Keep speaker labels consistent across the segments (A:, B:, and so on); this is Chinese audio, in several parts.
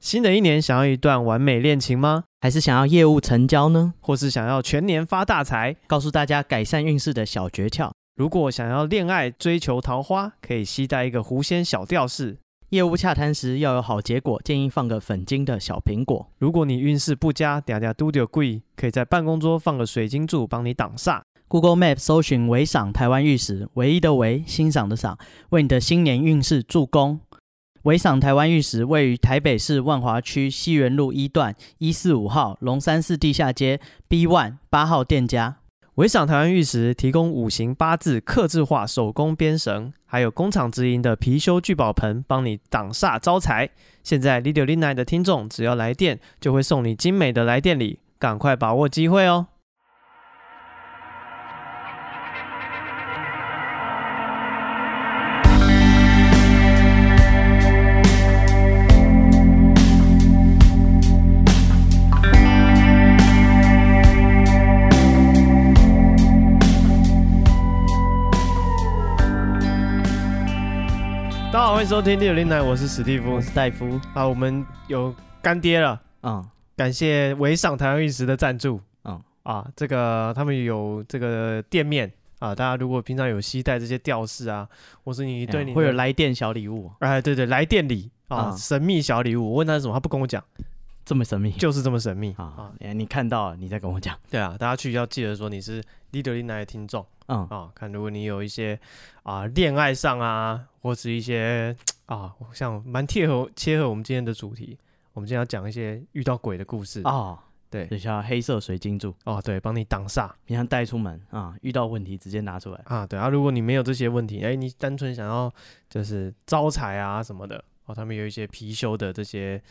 A: 新的一年想要一段完美恋情吗？
B: 还是想要业务成交呢？
A: 或是想要全年发大财？
B: 告诉大家改善运势的小诀窍。
A: 如果想要恋爱、追求桃花，可以携带一个狐仙小吊饰。
B: 业务洽谈时要有好结果，建议放个粉晶的小苹果。
A: 如果你运势不佳，嗲嗲嘟丢贵，可以在办公桌放个水晶柱帮你挡煞。
B: Google Map 搜寻“唯赏台湾玉石”，唯一的唯，欣赏的赏，为你的新年运势助攻。唯赏台湾玉石位于台北市万华区西园路一段一四五号龙山寺地下街 B One 八号店家。
A: 唯赏台湾玉石提供五行八字刻制化手工编绳，还有工厂直营的貔貅聚宝盆，帮你挡煞招财。现在 l i d i o Lina 的听众只要来电，就会送你精美的来电礼，赶快把握机会哦！大家好，欢迎收听 l i d i o Lina，我是史蒂夫
B: 我。是戴夫。
A: 好，我们有干爹了，
B: 嗯，
A: 感谢唯赏台湾玉石的赞助。
B: 嗯
A: 啊，这个他们有这个店面啊，大家如果平常有携带这些吊饰啊，或是你对你的
B: 哎会有来电小礼物，哦
A: 哎，对对，来店礼啊，
B: 啊
A: 神秘小礼物。我问他是什么，他不跟我讲，
B: 这么神秘
A: 就是这么神秘啊
B: 啊！哎你看到了，你再跟我讲。
A: 对啊，大家去要记得说你是 Leader Lina 的听众
B: 嗯，
A: 啊，看如果你有一些啊恋爱上啊，或是一些啊，像蛮贴合切合我们今天的主题。我们今天要讲一些遇到鬼的故事啊，
B: 哦，
A: 对
B: 就像黑色水晶柱，
A: 哦，对，帮你挡煞
B: 平常带出门啊、遇到问题直接拿出来。
A: 啊，对啊，如果你没有这些问题，哎，你单纯想要就是招财啊什么的，哦，他们有一些貔貅的这些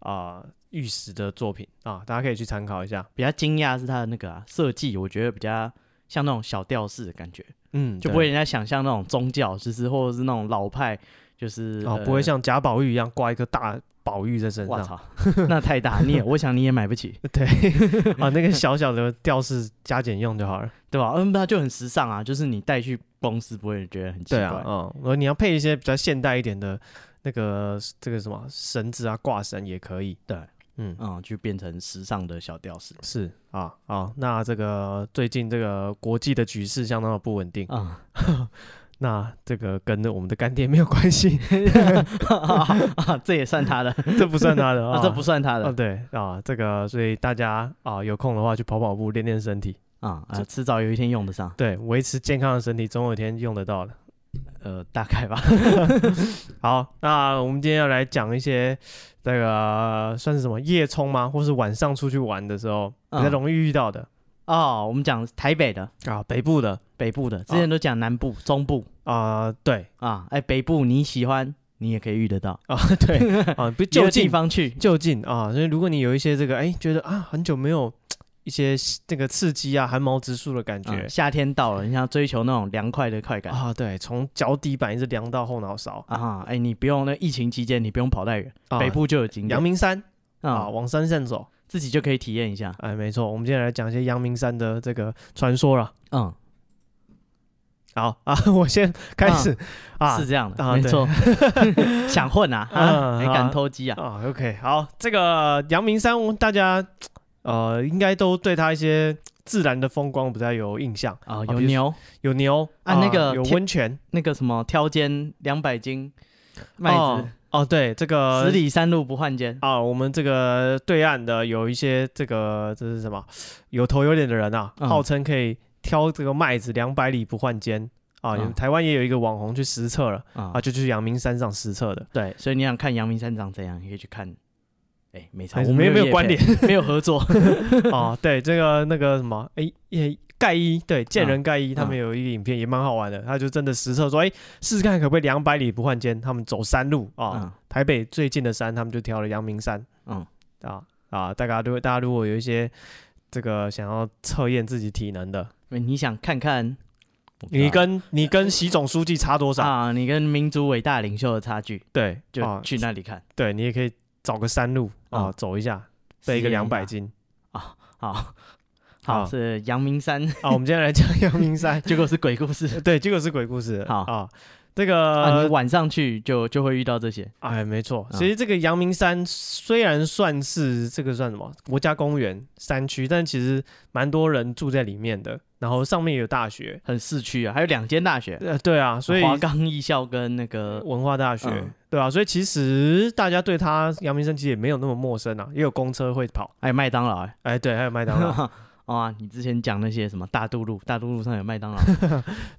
A: 啊、玉石的作品啊，大家可以去参考一下。
B: 比较惊讶是它的那个啊设计，我觉得比较像那种小吊饰的感觉，
A: 嗯，
B: 就
A: 对
B: 不会人家想象那种宗教，就是或者是那种老派，就是
A: 哦
B: 呃，
A: 不会像贾宝玉一样挂一颗大宝玉在身
B: 我
A: 上
B: 操， 那太大，你也我想你也买不起，
A: 啊，那个小小的吊饰加减用就好了。
B: 对吧？嗯，那就很时尚啊，就是你带去公司不会觉得很奇
A: 对
B: 怪。
A: 啊，嗯，然后你要配一些比较现代一点的那个这个什么绳子啊，挂绳也可以。
B: 对，
A: 嗯，
B: 嗯，就变成时尚的小吊饰。
A: 是啊，啊，那这个最近这个国际的局势相当的不稳定。
B: 嗯，
A: 那这个跟我们的干爹没有关系，
B: 啊 这也算他的，
A: 这不算他的
B: 啊，这不算他
A: 啊，
B: 的
A: 对啊，这个所以大家啊有空的话去跑跑步，练练身体，
B: 啊，啊
A: 这
B: 迟早有一天用得上，
A: 对，维持健康的身体，总有一天用得到的。
B: 呃，大概吧。
A: 好，那我们今天要来讲一些这个算是什么夜冲吗？或是晚上出去玩的时候 比较
B: 嗯
A: 容易遇到的、
B: 哦，我们讲台北的、
A: 啊，北部的
B: 北部的，
A: 哦
B: 之前都讲南部、中部
A: 啊，对
B: 啊，哎，北部你喜欢，你也可以遇得到，
A: 啊， 对啊，不
B: 有
A: 就
B: 地
A: 近
B: 方去，
A: 就近啊，所以如果你有一些这个哎觉得啊很久没有一些这个刺激啊寒毛直竖的感觉。
B: 嗯夏天到了，你想追求那种凉快的快感
A: 啊，对，从脚底板一直凉到后脑勺。
B: 嗯啊，哎，你不用那疫情期间你不用跑太远，
A: 啊
B: 北部就有景
A: 阳
B: 点
A: 明山啊，
B: 啊，
A: 往山上走。
B: 自己就可以体验一下。
A: 哎，没错，我们今天来讲一些阳明山的这个传说了。
B: 嗯，
A: 好啊，我先开始啊
B: 是这样的，
A: 啊
B: 没
A: 对
B: 错， 想混 啊，啊
A: 嗯
B: 还敢偷鸡啊？
A: 啊，OK，好，这个阳明山大家呃应该都对它一些自然的风光比较有印象，
B: 啊，
A: 比如
B: 有
A: 说
B: 牛，
A: 有牛
B: 啊那个
A: 有
B: 天
A: 温泉
B: 那个什么挑肩两百斤麦
A: 哦
B: 子，
A: 哦，对，这个
B: 十里山路不换肩
A: 啊，我们这个对岸的有一些这个这是什么有头有脸的人啊，
B: 嗯
A: 号称可以挑这个麦子两百里不换肩啊。有
B: 嗯
A: 台湾也有一个网红去实测了
B: 啊
A: 啊，就去阳明山上实测的。
B: 对，所以你想看阳明山长怎样，你可以去看。哎，没差，
A: 还是
B: 我们
A: 没 有没有
B: 业
A: 关
B: 配，没有合作。
A: 哦，对，这个那个什么，哎、也盖伊对见人盖伊，他们
B: 嗯
A: 有一个影片也蛮好玩的，他就真的实测说，哎、试试看可不可以两百里不换肩，他们走山路啊，
B: 嗯
A: 台北最近的山，他们就挑了阳明山。
B: 嗯
A: 啊啊，大家如果大家如果有一些这个想要测验自己体能的，
B: 嗯你想看看我不知道
A: 你跟你跟习总书记差多少？
B: 啊，你跟民族伟大领袖的差距，
A: 对，
B: 就
A: 啊
B: 去那里看。
A: 对你也可以找个山路啊、
B: 嗯
A: 走一下，背一个
B: 实验
A: 两
B: 一
A: 百
B: 下
A: 斤
B: 啊，好好
A: 啊
B: 是阳明山，
A: 啊。我们今天来讲阳明山，
B: 结果是鬼故事。
A: 对，这个是鬼故事。
B: 好
A: 啊，这
B: 啊，
A: 个
B: 你晚上去就就会遇到这些。
A: 哎，没错，
B: 嗯
A: 其实这个阳明山虽然算是这个算什么国家公园山区，但其实蛮多人住在里面的，然后上面也有大学，
B: 很市区啊，还有两间大学，
A: 呃，对啊，所以
B: 华冈艺校跟那个
A: 文化大学，
B: 嗯
A: 对啊，所以其实大家对它阳明山其实也没有那么陌生啊，也有公车会跑，
B: 还有麦当劳、欸。
A: 哎，对，还有麦当劳，
B: 哦啊，你之前讲那些什么大渡路，大渡路上有麦当劳。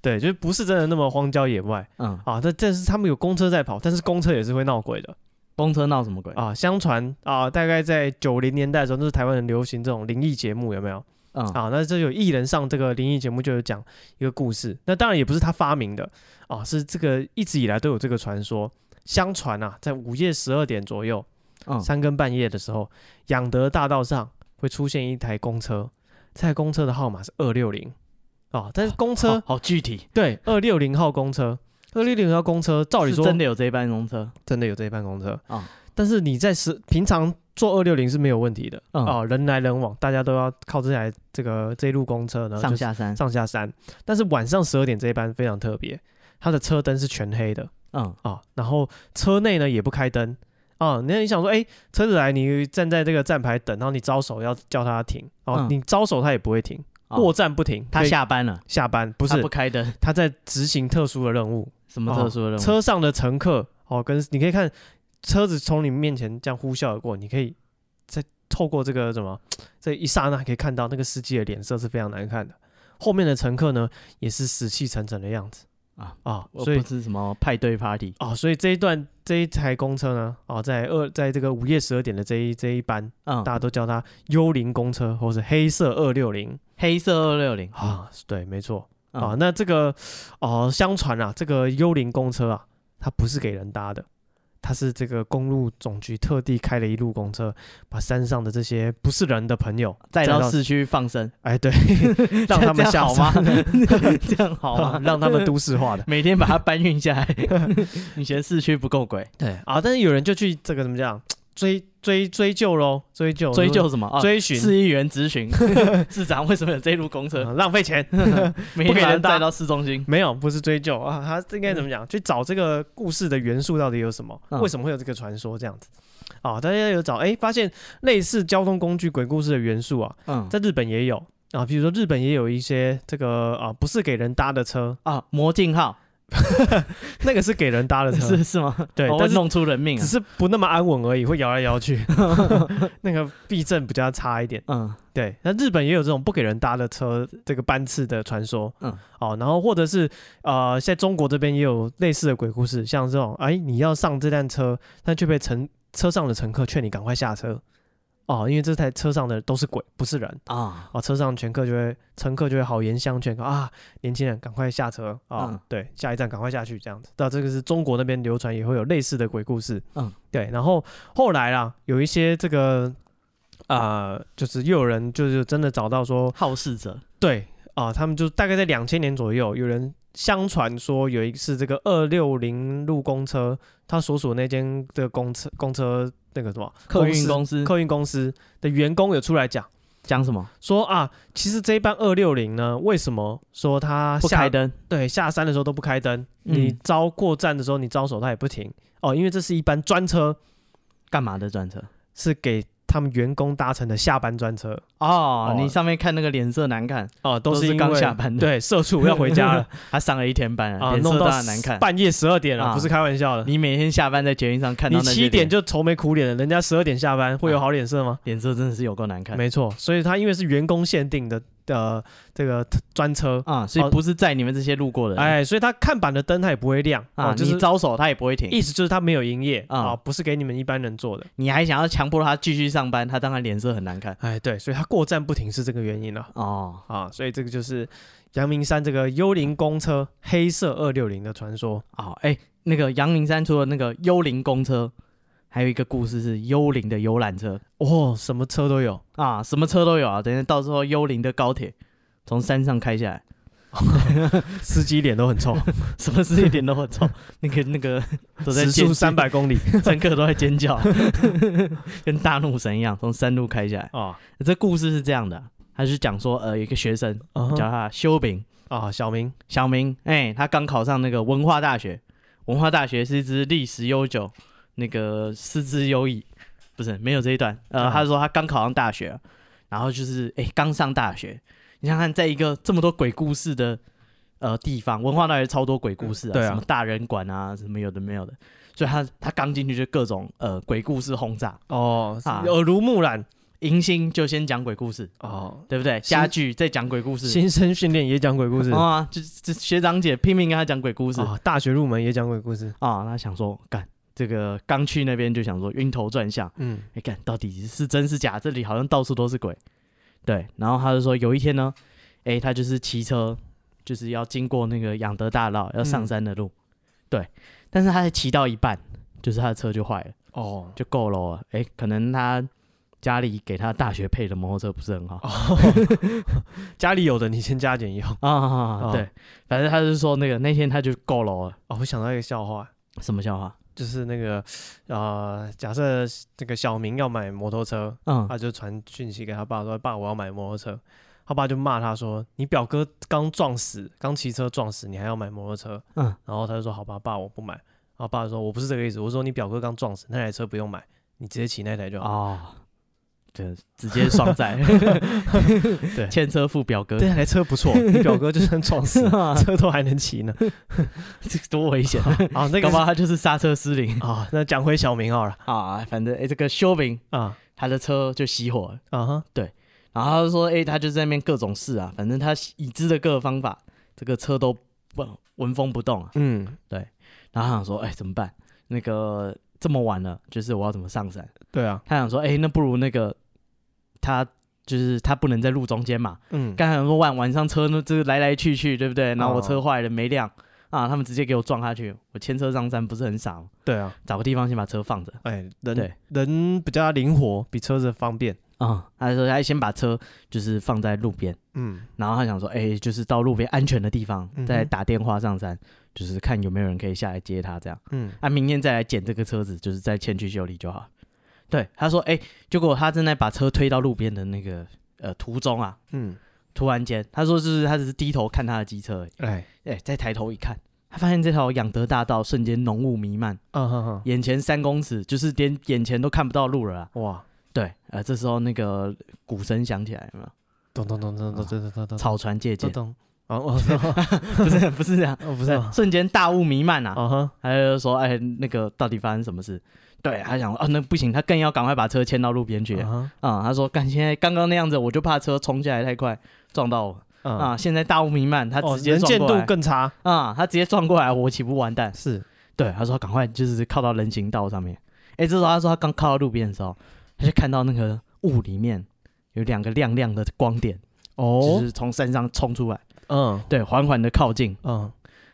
A: 对，就是不是真的那么荒郊野外
B: 嗯，
A: 啊，但但是他们有公车在跑，但是公车也是会闹鬼的
B: 公车闹什么鬼？
A: 啊。相传啊，大概在九零年代的时候，那是台湾人流行这种灵异节目，有没有？
B: 嗯，
A: 啊，那这有艺人上这个灵异节目就有讲一个故事，那当然也不是他发明的啊，是这个一直以来都有这个传说。相传啊，在午夜十二点左右，
B: 嗯
A: 三更半夜的时候，养德大道上会出现一台公车，这台公车的号码是二六零啊，但是公车、
B: 好好具体。
A: 对二六零号公车，二六零号公车，照理
B: 是
A: 说
B: 真的有这一班公车，
A: 真的有这一班公车
B: 啊
A: 但是你在十平常坐二六零是没有问题的
B: 嗯
A: 啊、人来人往，大家都要靠这台这个这一路公车呢
B: 上下山。
A: 上下山，但是晚上十二点这一班非常特别，它的车灯是全黑的
B: 嗯，
A: 啊，然后车内呢也不开灯啊。那你想说，哎、车子来，你站在这个站牌等，然后你招手要叫他停，哦、
B: 嗯
A: 你招手他也不会停，
B: 哦
A: 过站不停，
B: 他
A: 所以
B: 下班了，
A: 下班不
B: 他
A: 是
B: 不开灯，
A: 他在执行特殊的任务，
B: 什么特殊的任务？
A: 哦车上的乘客哦，跟你可以看车子从你面前这样呼啸而过，你可以在透过这个什么这一刹那可以看到那个司机的脸色是非常难看的，后面的乘客呢也是死气沉沉的样子
B: 啊
A: 啊，
B: 我
A: 所以
B: 不是什么派对 party，
A: 啊，所以这一段这一台公车呢啊，在二在这个午夜十二点的这一这一班，
B: 嗯，
A: 大家都叫它幽灵公车或是黑色二六零
B: 黑色二六零
A: 啊，对，没错。
B: 嗯
A: 啊，那这个哦、相传啊，这个幽灵公车啊，它不是给人搭的，它是这个公路总局特地开了一路公车，把山上的这些不是人的朋友
B: 再
A: 载
B: 到市区放生，
A: 哎， 对，让他们
B: 这
A: 下
B: 样好吗
A: 山？
B: 这样 好
A: 啊
B: 吗？
A: 让他 们都市化的。
B: 每天把它搬运下来， 你嫌市区不够鬼？
A: 对啊，但是有人就去这个怎么讲，追追追究喽，追究
B: 追、究什么？啊
A: 哦追寻。
B: 市议员 咨询市长为什么有这路公车，
A: 啊浪费钱
B: 每
A: 不给
B: 天把它
A: 人搭
B: 载到市中心？
A: 没有，不是追究啊，他应该怎么讲？去找这个故事的元素到底有什么？
B: 嗯
A: 为什么会有这个传说这样子？啊，大家有找哎、发现类似交通工具鬼故事的元素啊，
B: 嗯，
A: 在日本也有啊，比如说日本也有一些这个啊，不是给人搭的车，
B: 啊，魔镜号
A: 那个是给人搭的车，
B: 是是吗？
A: 对
B: 哦
A: 但是
B: 弄出人命
A: 只
B: 啊。
A: 是不那么安稳而已，会摇来摇 去， 那个避震比较差一点。
B: 嗯，
A: 对，那日本也有这种不给人搭的车这个班次的传说，
B: 嗯，
A: 哦，然后或者是呃，在中国这边也有类似的鬼故事，像这种，哎，你要上这辆车，但却被乘车上的乘客劝你赶快下车，哦，因为这台车上的都是鬼，不是人，
B: 啊，
A: 哦，车上乘客就会乘客就会好言相劝，啊，年轻人赶快下车啊、
B: 嗯
A: 对，下一站赶快下去这样子。那这个是中国那边流传也会有类似的鬼故事，
B: 嗯，
A: 对。然后后来啦，有一些这个啊、呃就是又有人就是真的找到说，
B: 好事者
A: 对啊、他们就大概在两千年左右，有人相传说有一次这个二六零路公车，它所属那间的公车公车那个什么
B: 客运
A: 公
B: 公司
A: 司客运公司的员工有出来讲。
B: 讲什么？
A: 说啊，其实这一班二六零呢，为什么说它
B: 不
A: 下
B: 开灯，
A: 对下山的时候都不开灯？
B: 嗯
A: 你招过站的时候你招手它也不停哦，因为这是一班专车，
B: 干嘛的专车？
A: 是给他们员工搭乘的下班专车
B: 哦
A: 哦，
B: 你上面看那个脸色难看，
A: 哦，都
B: 都是
A: 因为
B: 刚下班的
A: 对，社畜要回家 了
B: 他上了一天班
A: 啊，
B: 脸
A: 弄
B: 色
A: 到
B: 当然难看。
A: 半夜十二点了，
B: 啊
A: 不是开玩笑的。
B: 你每天下班在捷运上看到
A: 你
B: 那些
A: 七点
B: 脸
A: 就愁眉苦脸了，人家十二点下班会有好脸色吗？
B: 脸色真的是有够难看
A: 没错，所以它因为是员工限定的呃这个专车，
B: 啊，所以不是载你们这些路过的人
A: 哎，所以它看板的灯它也不会亮
B: 啊，
A: 哦就是
B: 你招手他也不会停，
A: 意思就是他没有营业
B: 啊
A: 啊、不是给你们一般人做的。
B: 你还想要强迫他继续上班，他当然脸色很难看
A: 哎，对，所以他过站不停是这个原因了
B: 哦。
A: 啊所以这个就是阳明山这个幽灵公车黑色二六零的传说。
B: 哦，哎，那个阳明山除了那个幽灵公车，还有一个故事是幽灵的游览车
A: 哦，什么车都有，
B: 啊，什么车都有啊。等一下到时候幽灵的高铁从山上开下来，
A: 司机脸都很臭，
B: 什么事一点都很臭， 那个那个都在
A: 时
B: 尖
A: 速三百 公里
B: 乘客都在尖叫， 跟大怒神一样从山路开下来。
A: 啊。
B: 这故事是这样的，他是讲说，呃，有一个学生
A: 啊哈
B: 叫他修饼，
A: 啊，小明
B: 小明，哎、他刚考上那个文化大学，文化大学是一支历史悠久、那个师资优异，不是没有这一段。呃，
A: 嗯
B: 他说他刚考上大学，啊然后就是哎刚、上大学，你想想看，在一个这么多鬼故事的呃地方，文化大学超多鬼故事啊，
A: 对啊
B: 什么大人馆啊，什么有的没有的，所以他他刚进去就各种呃鬼故事轰炸。
A: 哦，
B: 啊
A: 耳濡目染
B: 迎新就先讲鬼故事，
A: 哦，
B: 对不对？
A: 新
B: 家具再讲鬼故事，
A: 新生训练也讲鬼故事
B: 哦啊，就就学长姐拼命跟他讲鬼故事啊、
A: 哦，大学入门也讲鬼故事，
B: 他啊想说干这个刚去那边就想说晕头转向，
A: 嗯，
B: 哎干到底是真是假？这里好像到处都是鬼，对。然后他就说有一天呢，哎他就是骑车，就是要经过那个养德大道要
A: 嗯
B: 上山的路，对。但是他才骑到一半，就是他的车就坏了，
A: 哦，
B: 就够了哦。哎，可能他家里给他大学配的摩托车不是很好。
A: 哦 家里有的你先加减用。
B: 啊、
A: 哦
B: 对，反正他是说那个那天他就够了哦，
A: 哦，我想到一个笑话，
B: 什么笑话？
A: 就是那个呃，假设那个小明要买摩托车，
B: 嗯，
A: 他就传讯息给他爸说：“爸，我要买摩托车。”他爸就骂他说：“你表哥刚撞死，刚骑车撞死，你还要买摩托车？”
B: 嗯，
A: 然后他就说：“好吧，爸，我不买。”然后爸就说：“我不是这个意思，我说你表哥刚撞死，那台车不用买，你直接骑那台就好。
B: 哦，对，直接双 载，
A: 对
B: 牵车付表哥，
A: 对，，那台车不错，你表哥就算撞死
B: 啊
A: 车都还能骑呢。
B: 这个多危 险！
A: 啊，那
B: 那
A: 个
B: 干
A: 是
B: 嘛他就是刹车失 灵
A: 啊，那讲回小明好了
B: 啊？反正哎、这个修明
A: 啊
B: 他的车就熄火了，
A: 啊哈，
B: 然后他就说哎、他就在那边各种试啊，反正他已知的各个方法，这个车都不纹风不动啊。
A: 嗯，
B: 然后他想说哎、怎么办？那个这么晚了，就是我要怎么上山？
A: 对啊，
B: 他想说，哎、那不如那个他就是他不能在路中间嘛。
A: 嗯，
B: 刚才想说晚晚上车呢，就是来来去去，对不对？然后我
A: 哦
B: 车坏了没亮啊，他们直接给我撞下去，我牵车上山不是很傻吗？
A: 对啊，
B: 找个地方先把车放着
A: 哎，
B: 对
A: 人人比较灵活，比车子方便。
B: 啊、他就说他先把车就是放在路边，
A: 嗯，
B: 然后他想说，哎、就是到路边安全的地方
A: 嗯哼
B: 再打电话上山，就是看有没有人可以下来接他这样。
A: 嗯，
B: 啊，明天再来捡这个车子，就是再牵去修理就好。对，他说，哎、结果他正在把车推到路边的那个呃途中啊，
A: 嗯，
B: 突然间，他说就是他只是低头看他的机车而已，
A: 哎，
B: 哎、再抬头一看，他发现这条养德大道瞬间浓雾弥漫，
A: 啊哈哈，
B: 眼前三公尺，就是连眼前都看不到路了啊。
A: 哇，
B: 对，呃，这时候那个鼓声响起来了嘛，
A: 咚咚咚咚咚咚咚咚咚，
B: 草船借箭
A: 咚，咚，哦哦，
B: 不是不是这样，
A: 哦不
B: 不
A: 是
B: 是，
A: 啊，
B: 瞬间大雾弥漫啊。
A: 啊哈，
B: 他就说，哎、那个到底发生什么事？对，他想，哦，那不行，他更要赶快把车牵到路边去
A: 啊
B: 啊、
A: 哈，
B: 嗯他说，干，现在刚刚那样子，我就怕车冲下来太快撞到我啊、
A: 啊，
B: 现在大雾弥漫，他
A: 哦
B: 直接
A: 能
B: 撞
A: 见
B: 过来
A: 度。更差，
B: 啊、他直接撞过来，我岂不完蛋？
A: 是，
B: 对，他说赶快就是靠到人行道上面。哎，这时候他说他刚靠到路边的时候，他就看到那个雾里面有两个亮亮的光点，就
A: 哦，
B: 是从山上冲出来，
A: 嗯
B: 对，缓缓的靠近，
A: 嗯，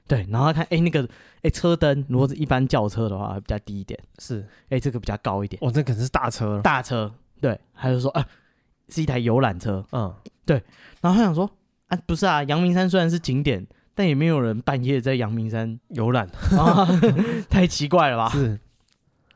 B: 对，然后他看，哎，那个，哎，车灯如果是一般轿车的话比较低一点，
A: 是，
B: 哎，这个比较高一点，
A: 哦，那可是大车了，
B: 大车，对，他就说啊，是一台游览车，
A: 嗯，
B: 然后他想说啊，不是啊，阳明山虽然是景点，但也没有人半夜在阳明山，
A: 游览
B: 啊、 太奇怪了吧？
A: 是，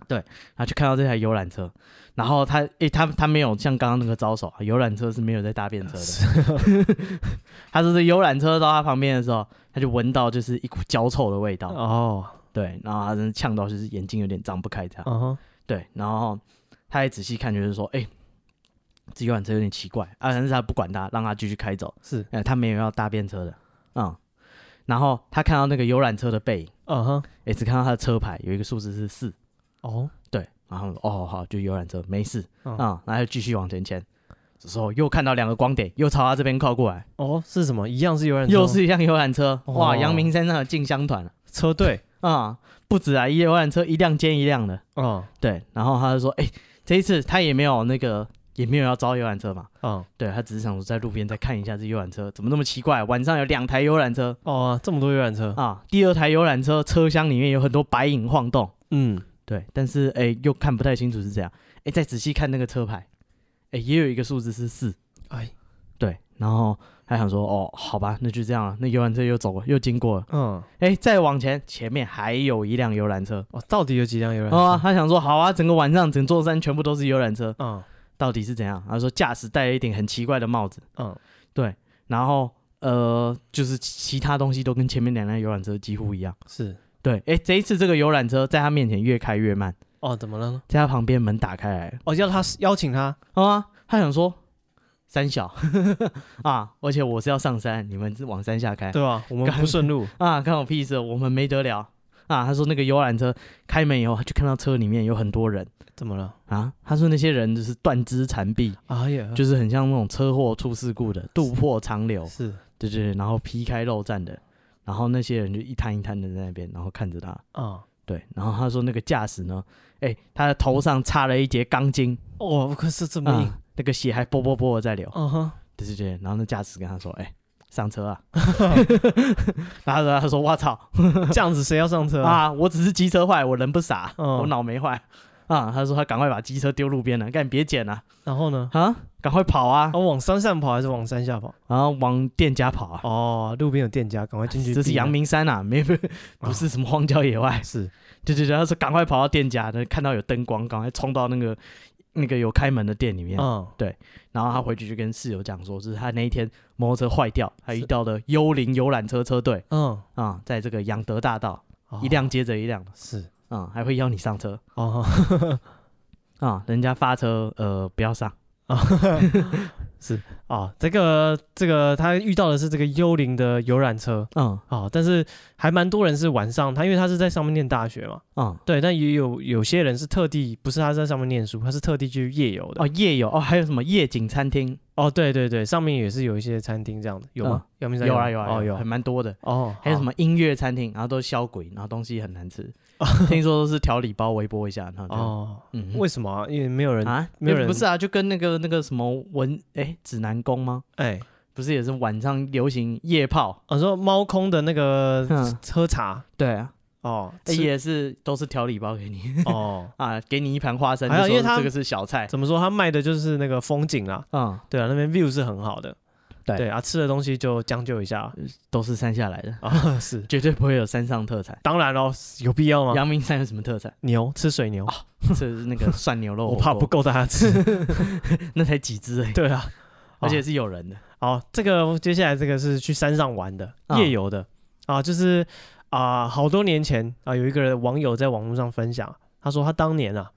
B: 然后就看到这台游览车，然后他诶、他他没有像刚刚那个招手，游览车是没有在搭便车的。 他就是游览车到他旁边的时候，他就闻到就是一股焦臭的味道，
A: 哦，
B: 对，然后他真的呛到就是眼睛有点张不开这样，
A: 啊哈，
B: 对，然后他也仔细看，就是说，哎、这游览车有点奇怪啊，但是他不管他，让他继续开走，
A: 是，
B: 呃，他没有要搭便车的，嗯，然后他看到那个游览车的背影，
A: 啊哈，
B: 哎、只看到他的车牌有一个数字是四，
A: 哦，
B: 对，然后哦好，就游览车没事啊、
A: 嗯
B: 然后就继续往前牵。这时候又看到两个光点，又朝他这边靠过来，
A: 哦，是什么？一样是游览车，
B: 又是一辆游览车，
A: 哦
B: 哇！阳明山上的进香团啊
A: 车队，
B: 啊、不止啊，一游览车一辆接一辆的，
A: 嗯
B: 对。然后他就说，哎、这一次他也没有那个，也没有要招游览车嘛，
A: 嗯，
B: 对他只是想说在路边再看一下这游览车怎么那么奇怪，晚上有两台游览车
A: 哦，这么多游览车，
B: 啊，第二台游览车车厢里面有很多白影晃动，
A: 嗯，
B: 对，但是哎、又看不太清楚是这样。哎、再仔细看那个车牌，哎、也有一个数字是四。
A: 哎，
B: 对，然后他想说，哦，好吧，那就这样了。那游览车又走了，又经过了。
A: 嗯，
B: 哎、再往前，前面还有一辆游览车。
A: 哇，到底有几辆游览
B: 哦、啊，
A: 车？
B: 他想说，好啊，整个晚上整座山全部都是游览车，
A: 嗯
B: 到底是怎样？他说，驾驶戴了一顶很奇怪的帽子，
A: 嗯，
B: 然后呃，就是其他东西都跟前面两辆游览车几乎一样。
A: 是
B: 对，哎，这一次这个游览车在他面前越开越慢，
A: 哦，怎么了呢？
B: 在他旁边门打开来了，
A: 哦，要他邀请他
B: 啊，他想说三小 啊，而且我是要上山，你们是往山下开
A: 对吧？我们不顺路，
B: 啊，看我屁事，我们没得了啊。他说那个游览车开门以后，他就看到车里面有很多人
A: 怎么了？
B: 啊，他说那些人就是断肢残臂，
A: 哎呀，
B: 就是很像那种车祸出事故的渡破长流，
A: 是
B: 对对对，然后劈开肉绽的，然后那些人就一摊一摊的在那边，然后看着他，
A: 啊，
B: 对，然后他说那个驾驶呢，哎，他的头上插了一节钢筋，
A: 哦，可是这么硬，
B: 啊，那个血还啵啵啵的在流，
A: 嗯哼，
B: 对对对，然后那驾驶跟他说，哎、上车啊，然后他说我操
A: 这样子谁要上车啊？
B: 啊，我只是机车坏，我人不傻，
A: 嗯
B: 我脑没坏啊，他说他赶快把机车丢路边了，赶紧别捡了
A: 然后呢？
B: 啊，赶快跑啊，
A: 哦，往山上跑还是往山下跑？
B: 然后往店家跑啊，
A: 哦，路边有店家，赶快进去避
B: 这
A: 难。
B: 是阳明山啊，没不 不是什么荒郊野外，
A: 是
B: 对对对，他说赶快跑到店家，那看到有灯光，赶快冲到那个那个有开门的店里面。
A: 嗯，
B: 然后他回去就跟室友讲说，就是他那一天摩托车坏掉，他遇到了幽灵游览车车队
A: 嗯，
B: 啊、在这个养德大道，
A: 哦
B: 一辆接着一辆的，
A: 是
B: 啊、还会邀你上车
A: 哦，
B: 啊、人家发车，呃，不要上，
A: 哦，这个这个他遇到的是这个幽灵的游览车
B: 嗯
A: 哦，但是还蛮多人是晚上，他因为他是在上面念大学嘛，
B: 嗯，
A: 对，但也有有些人是特地不是他在上面念书，他是特地去夜游的
B: 哦，。夜游哦，还有什么夜景餐厅，
A: 哦，对对对，上面也是有一些餐厅这样的，有吗？阳明山
B: 有
A: 吗
B: 啊有啊，
A: 哦
B: 还
A: 有
B: 蛮多的。
A: 哦，
B: 还有什
A: 好？
B: 么音乐餐厅，然后都是销鬼，然后东西很难吃，听说都是调理包微波一下，然后就、
A: 哦，
B: 嗯，
A: 为什么啊？因为没有人
B: 啊，
A: 没有
B: 那
A: 人
B: 不是啊，就跟那个那个什么文哎指南宫吗？
A: 哎，
B: 不是也是晚上流行夜泡？
A: 我说猫空的那个
B: 嗯
A: 喝茶
B: 对啊，
A: 哦，
B: 哎
A: 吃
B: 也是都是调理包给你
A: 哦，
B: 啊，给你一盘花生，
A: 还有
B: 就说
A: 因为它
B: 这个是小菜，
A: 怎么说？他卖的就是那个风景啦，
B: 嗯，
A: 对啊，那边 view 是很好的，
B: 对嗯
A: 啊，吃的东西就将就一下
B: 都是山下来的，
A: 啊， 是，
B: 绝对不会有山上特产。
A: 当然喽，有必要吗？
B: 阳明山有什么 特产？
A: 牛吃水牛，
B: 这是那个涮牛肉火
A: 我
B: 锅，
A: 怕不够大家吃，
B: 那才几只而已，
A: 对啊，
B: 而且是有人的。
A: 好，这个接下来这个是去山上玩的，
B: 啊
A: 夜游的啊，就是啊，好多年前啊，有一个人网友在网络上分享，他说他当年啊，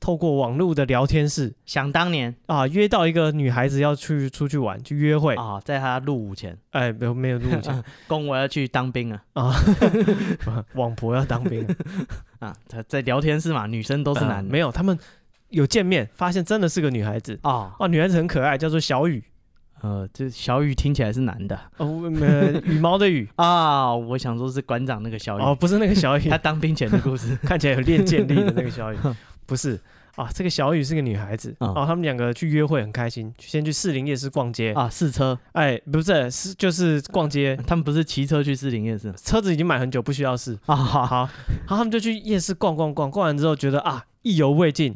A: 透过网络的聊天室
B: 想当年
A: 啊，约到一个女孩子要去出去玩，去约会，
B: 啊，在他入伍前，
A: 哎，没有没有录 前
B: 公我要去当兵啊
A: 啊，网婆要当兵，
B: 啊，他在聊天室嘛，女生 都
A: 都
B: 是男的
A: 呃没有，他们有见面，发现真的是个女孩子。
B: 啊，
A: 哦，女孩子很可爱，叫做小雨，
B: 呃，这小雨听起来是男的。
A: 哦， 呃，羽毛的羽，
B: 啊，我想说是馆长那个小雨，
A: 哦，不是那个小雨
B: 他，当兵前的故事
A: 看起来有练剑力的那个小雨，不是啊，这个小雨是个女孩子，
B: 嗯
A: 哦，他们两个去约会很开心，先去士林夜市逛街，
B: 啊，试车，
A: 哎，不是是就是逛街，
B: 他们不是骑车去士林夜市吗
A: 车子已经买很久，不需要试，
B: 啊，好好
A: 好，然后他们就去夜市逛逛逛，逛完之后觉得啊意犹未尽，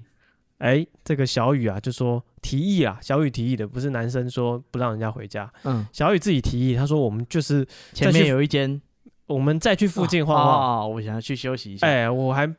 A: 哎，这个小雨啊就说提议啊，小雨提议的，不是男生说不让人家回家，
B: 嗯，
A: 小雨自己提议，他说我们就是
B: 前
A: 再
B: 面
A: 去
B: 有一间
A: 我们再去附近晃
B: 啊
A: 晃，
B: 啊啊我想要去休息一下，
A: 哎，我还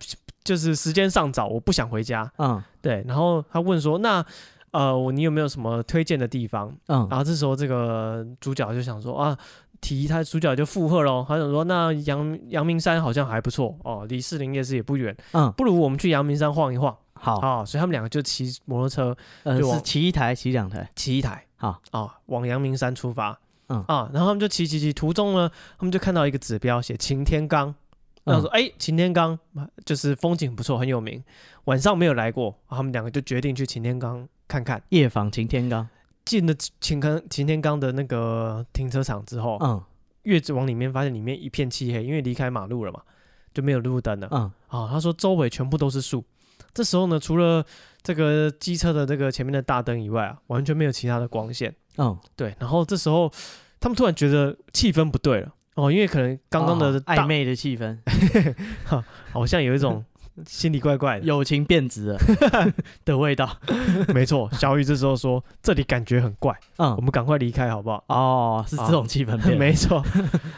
A: 就是时间尚早，我不想回家，
B: 嗯
A: 对，然后他问说，那呃，我你有没有什么推荐的地方？
B: 嗯
A: 然后这时候这个主角就想说啊，提他主角就附和喽，他想说那阳阳明山好像还不错哦，离士林夜市也不远，
B: 嗯，
A: 不如我们去阳明山晃一晃
B: 好，
A: 啊、所以他们两个就骑摩托车
B: 呃，
A: 就往
B: 是骑一台，骑两台，
A: 骑一台
B: 好
A: 啊、往阳明山出发。
B: 嗯
A: 啊，然后他们就骑骑骑，途中呢，他们就看到一个指标写擎天岗，
B: 嗯
A: 然后说：“哎、擎天岗就是风景不错，很有名。晚上没有来过，然后他们两个就决定去擎天岗看看。
B: 夜访擎天岗，
A: 进了擎天擎天岗的那个停车场之后，
B: 嗯
A: 越往里面发现里面一片漆黑，因为离开马路了嘛，就没有路灯了。
B: 嗯
A: 啊，他说周围全部都是树。这时候呢，除了这个机车的这个前面的大灯以外啊，完全没有其他的光线。
B: 嗯，
A: 对，然后这时候他们突然觉得气氛不对了哦，因为可能刚刚的
B: 哦
A: 大
B: 暧昧的气 氛，
A: 好像有一 种心里怪怪的。
B: 友情变质 了的味道，
A: 没错，小雨这时候说：“这里感觉很怪，我
B: 嗯。
A: 们赶快离开好不好
B: 哦，是这种气氛
A: ？”没
B: 变，
A: 错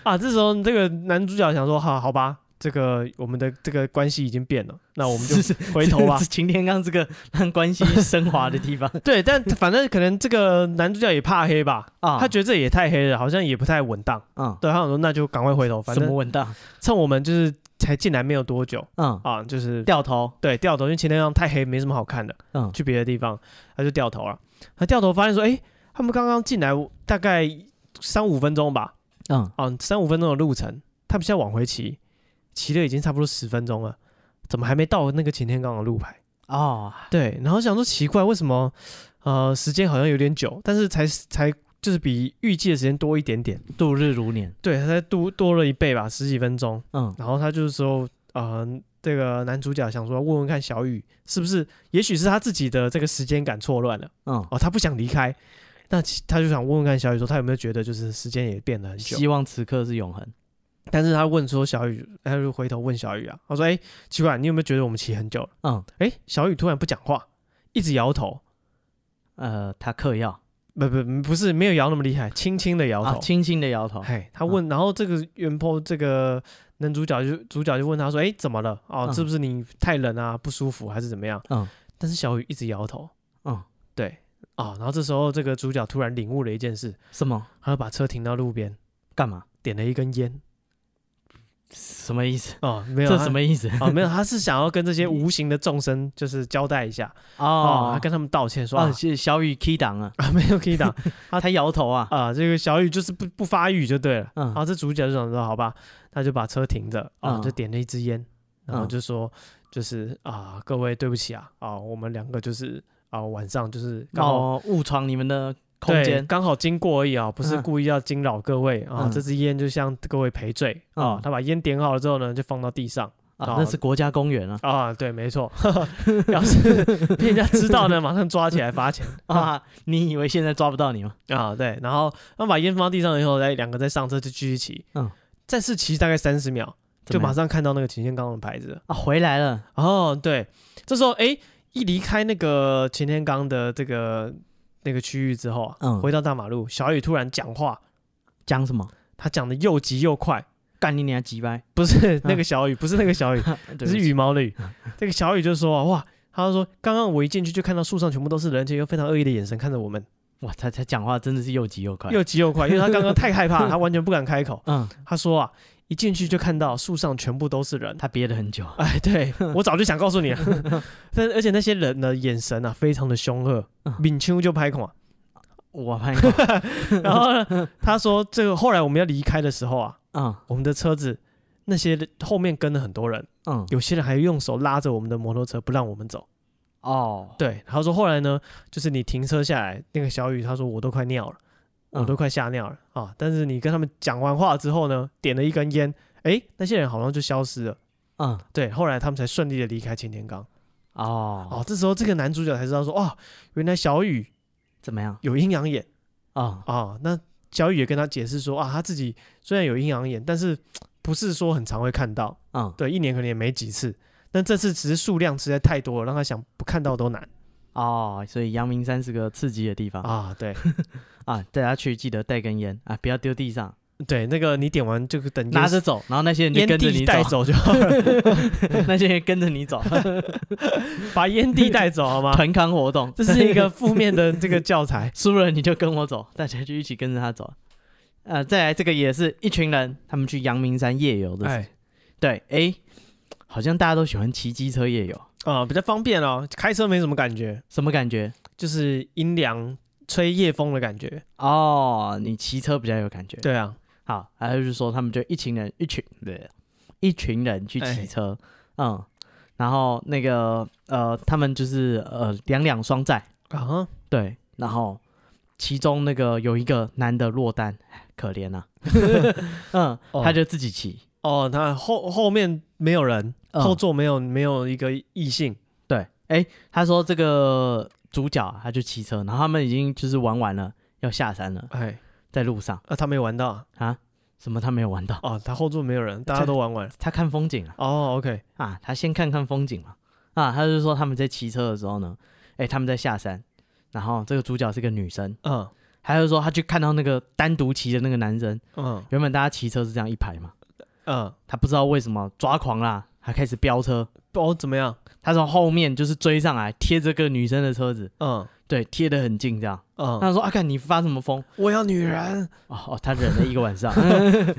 A: 啊，这时候这个男主角想说：“好好吧，这个我们的这个关系已经变了，那我们就是回头啊吧
B: 是。擎天刚这个让关系升华的地方
A: 对，但反正可能这个男主角也怕黑吧，
B: 啊，
A: 他觉得这也太黑了，好像也不太稳当。
B: 嗯，
A: 对，他想说那就赶快回头，反
B: 怎么
A: 正
B: 稳当？
A: 趁我们就是才进来没有多久
B: 嗯，
A: 啊，就是
B: 掉头，
A: 对掉头，因为前天上太黑，没什么好看的，
B: 嗯
A: 去别的地方，他就掉头了。他掉头发现说，哎，他们刚刚进来大概三五分钟吧，
B: 嗯，
A: 啊，三五分钟的路程，他们现在往回骑，骑了已经差不多十分钟了，怎么还没到那个擎天岗的路牌？
B: 哦，
A: 对，然后想说奇怪，为什么呃时间好像有点久，但是才才就是比预计的时间多一点点，
B: 度日如年，
A: 对，他才多多了一倍吧，十几分钟。
B: 嗯
A: 然后他就是说，呃，这个男主角想说问问看小雨是不是，也许是他自己的这个时间感错乱了
B: 嗯，
A: 哦，他不想离开，那其他就想问问看小雨说他有没有觉得就是时间也变得很久，
B: 希望此刻是永恒。
A: 但是他问说小雨，他就回头问小雨啊，他说哎、奇怪，你有没有觉得我们骑很久了？
B: 嗯，
A: 哎、小雨突然不讲话，一直摇头。
B: 呃，他嗑药
A: 不不不是没有摇那么厉害，轻轻的摇头。
B: 啊，轻轻的摇头，
A: 嘿，他问，然后这个原 po 这个男主角就主角就问他说：“哎，怎么了？哦，
B: 嗯
A: 是不是你太冷啊，不舒服还是怎么样？”
B: 嗯，
A: 但是小雨一直摇头。
B: 嗯，
A: 对，哦，然后这时候这个主角突然领悟了一件事，
B: 什么？
A: 他就把车停到路边，
B: 干嘛？
A: 点了一根烟。
B: 什么意思？
A: 哦，没有，
B: 这
A: 他
B: 什？么意思？
A: 哦，没有，他是想要跟这些无形的众生就是交代一下哦，他
B: 哦，
A: 跟他们道歉说
B: 哦，
A: 啊
B: 是小雨 key 档啊，
A: 啊，没有可以打，
B: 他他摇头啊，
A: 啊，这个小雨就是不不发育就对了。
B: 嗯
A: 然后这主角就想说，好吧，那就把车停着啊，
B: 嗯
A: 就点了一支烟，然后
B: 嗯
A: 就说，就是啊，各位对不起啊，啊，我们两个就是啊，晚上就是刚好
B: 哦，误闯你们的空
A: 对
B: 间，
A: 刚好经过而已啊，不是
B: 嗯
A: 故意要惊扰各位啊，
B: 嗯
A: 这支烟就向各位赔罪啊
B: 嗯。
A: 他把烟点好了之后呢，就放到地上
B: 啊，那是国家公园啊，
A: 啊，对，没 错，要是被人家知道呢，马上抓起来罚钱
B: 啊，你以为现在抓不到你吗？
A: 啊，对，然后他把烟放到地上以后，再两个再上车就继续骑，
B: 嗯，
A: 再是骑大概三十秒，就
B: 怎么
A: 马
B: 样
A: 上看到那个擎天岗的牌子了。
B: 啊回来了，
A: 哦，对，这时候哎，一离开那个擎天岗的这个那个区域之后啊，
B: 嗯
A: 回到大马路，小雨突然讲话，
B: 讲什么？
A: 他讲的又急又快，
B: 干你娘几掰？
A: 不是那个小雨，不是那个小雨，
B: 嗯 对
A: 是
B: 不起嗯
A: 羽毛的雨。这个小雨就说啊，哇。他就说：“刚刚我一进去就看到树上全部都是人，而且用非常恶意的眼神看着我们，
B: 哇，他他讲话真的是又急又快，
A: 又急又快，因为他刚刚太害 怕了，他完全不敢开口。
B: 嗯，
A: 他说啊，一进去就看到树上全部都是人，
B: 他憋了很久，
A: 哎，对我早就想告诉你了， 但而且那些人呢，眼神啊非常的凶恶
B: 嗯，
A: 敏秋就拍 孔。
B: 我怕你，
A: 然后呢，他说这个后来我们要离开的时候啊，
B: 嗯
A: 我们的车子那些人后面跟了很多人，
B: 嗯，
A: 有些人还用手拉着我们的摩托车不让我们走。
B: 哦，
A: 对，他说后来呢，就是你停车下来，那个小雨他说我都快尿了，我都快吓尿了啊！但是你跟他们讲完话之后呢，点了一根烟，哎，那些人好像就消失了。
B: 嗯
A: 对，后来他们才顺利的离开擎天岗。
B: 哦
A: 哦，这时候这个男主角才知道说，哦，原来小雨
B: 怎么样？
A: 有阴阳眼
B: 哦
A: 啊、那小雨也跟他解释说，啊，他自己虽然有阴阳眼，但是嘖不是说很常会看到，
B: 嗯
A: 对，一年可能也没几次。但这次只是数量实在太多了，让他想不看到都难
B: 哦，所以阳明山是个刺激的地方啊
A: 啊！对
B: 大家去记得带根烟啊，不要丢地上，
A: 对，那个你点完就等烟
B: 拿着走，然后那些人就
A: 烟
B: 跟着
A: 蒂
B: 你
A: 带
B: 走，
A: 走就好了，
B: 那些人跟着 你走，
A: 把烟蒂带走好吗？
B: 团康活动，
A: 这是一个负面的这个教材
B: 输了你就跟我走，大家就一起跟着他走。呃，再来这个也是一群人，他们去阳明山夜游的事。
A: 哎
B: 对，哎，好像大家都喜欢骑机车夜游，
A: 啊、比较方便哦，开车没什么感觉，
B: 什么感觉？
A: 就是阴凉吹夜风的感觉。
B: 哦，你骑车比较有感觉。，
A: 对啊，
B: 好，还有就是说他们就一群人，一群对，一群人去骑车，
A: 哎
B: 嗯，然后那个呃，他们就是呃两两双载，
A: 啊哈，
B: 对，然后其中那个有一个男的落单，唉可怜 啊，嗯，
A: 哦
B: 他就自己骑，
A: 哦，他后后面没有人，
B: 嗯
A: 后座没有没有一个异性
B: 对，哎、他说这个主角啊他就骑车，然后他们已经就是玩完了，要下山了，
A: 哎，
B: 在路上
A: 啊，他没玩到
B: 啊，什么他没有玩到，
A: 哦，他后座没有人，大家都玩完了
B: 他看风景啊，
A: 哦，OK，
B: 啊，他先看看风景嘛，啊，他就说他们在骑车的时候呢，哎、他们在下山，然后这个主角是个女生，
A: 嗯
B: 他就说他去看到那个单独骑的那个男生，
A: 嗯，
B: 原本大家骑车是这样一排嘛，
A: 嗯，
B: 他不知道为什么抓狂啦，他开始飙车，
A: 哦，怎么样？
B: 他从后面就是追上来，贴这个女生的车子，
A: 嗯
B: 对，贴得很近这样。
A: 嗯，
B: 他说：“啊，看你发什么疯
A: 我要女人，
B: 哦哦，他忍了一个晚上，？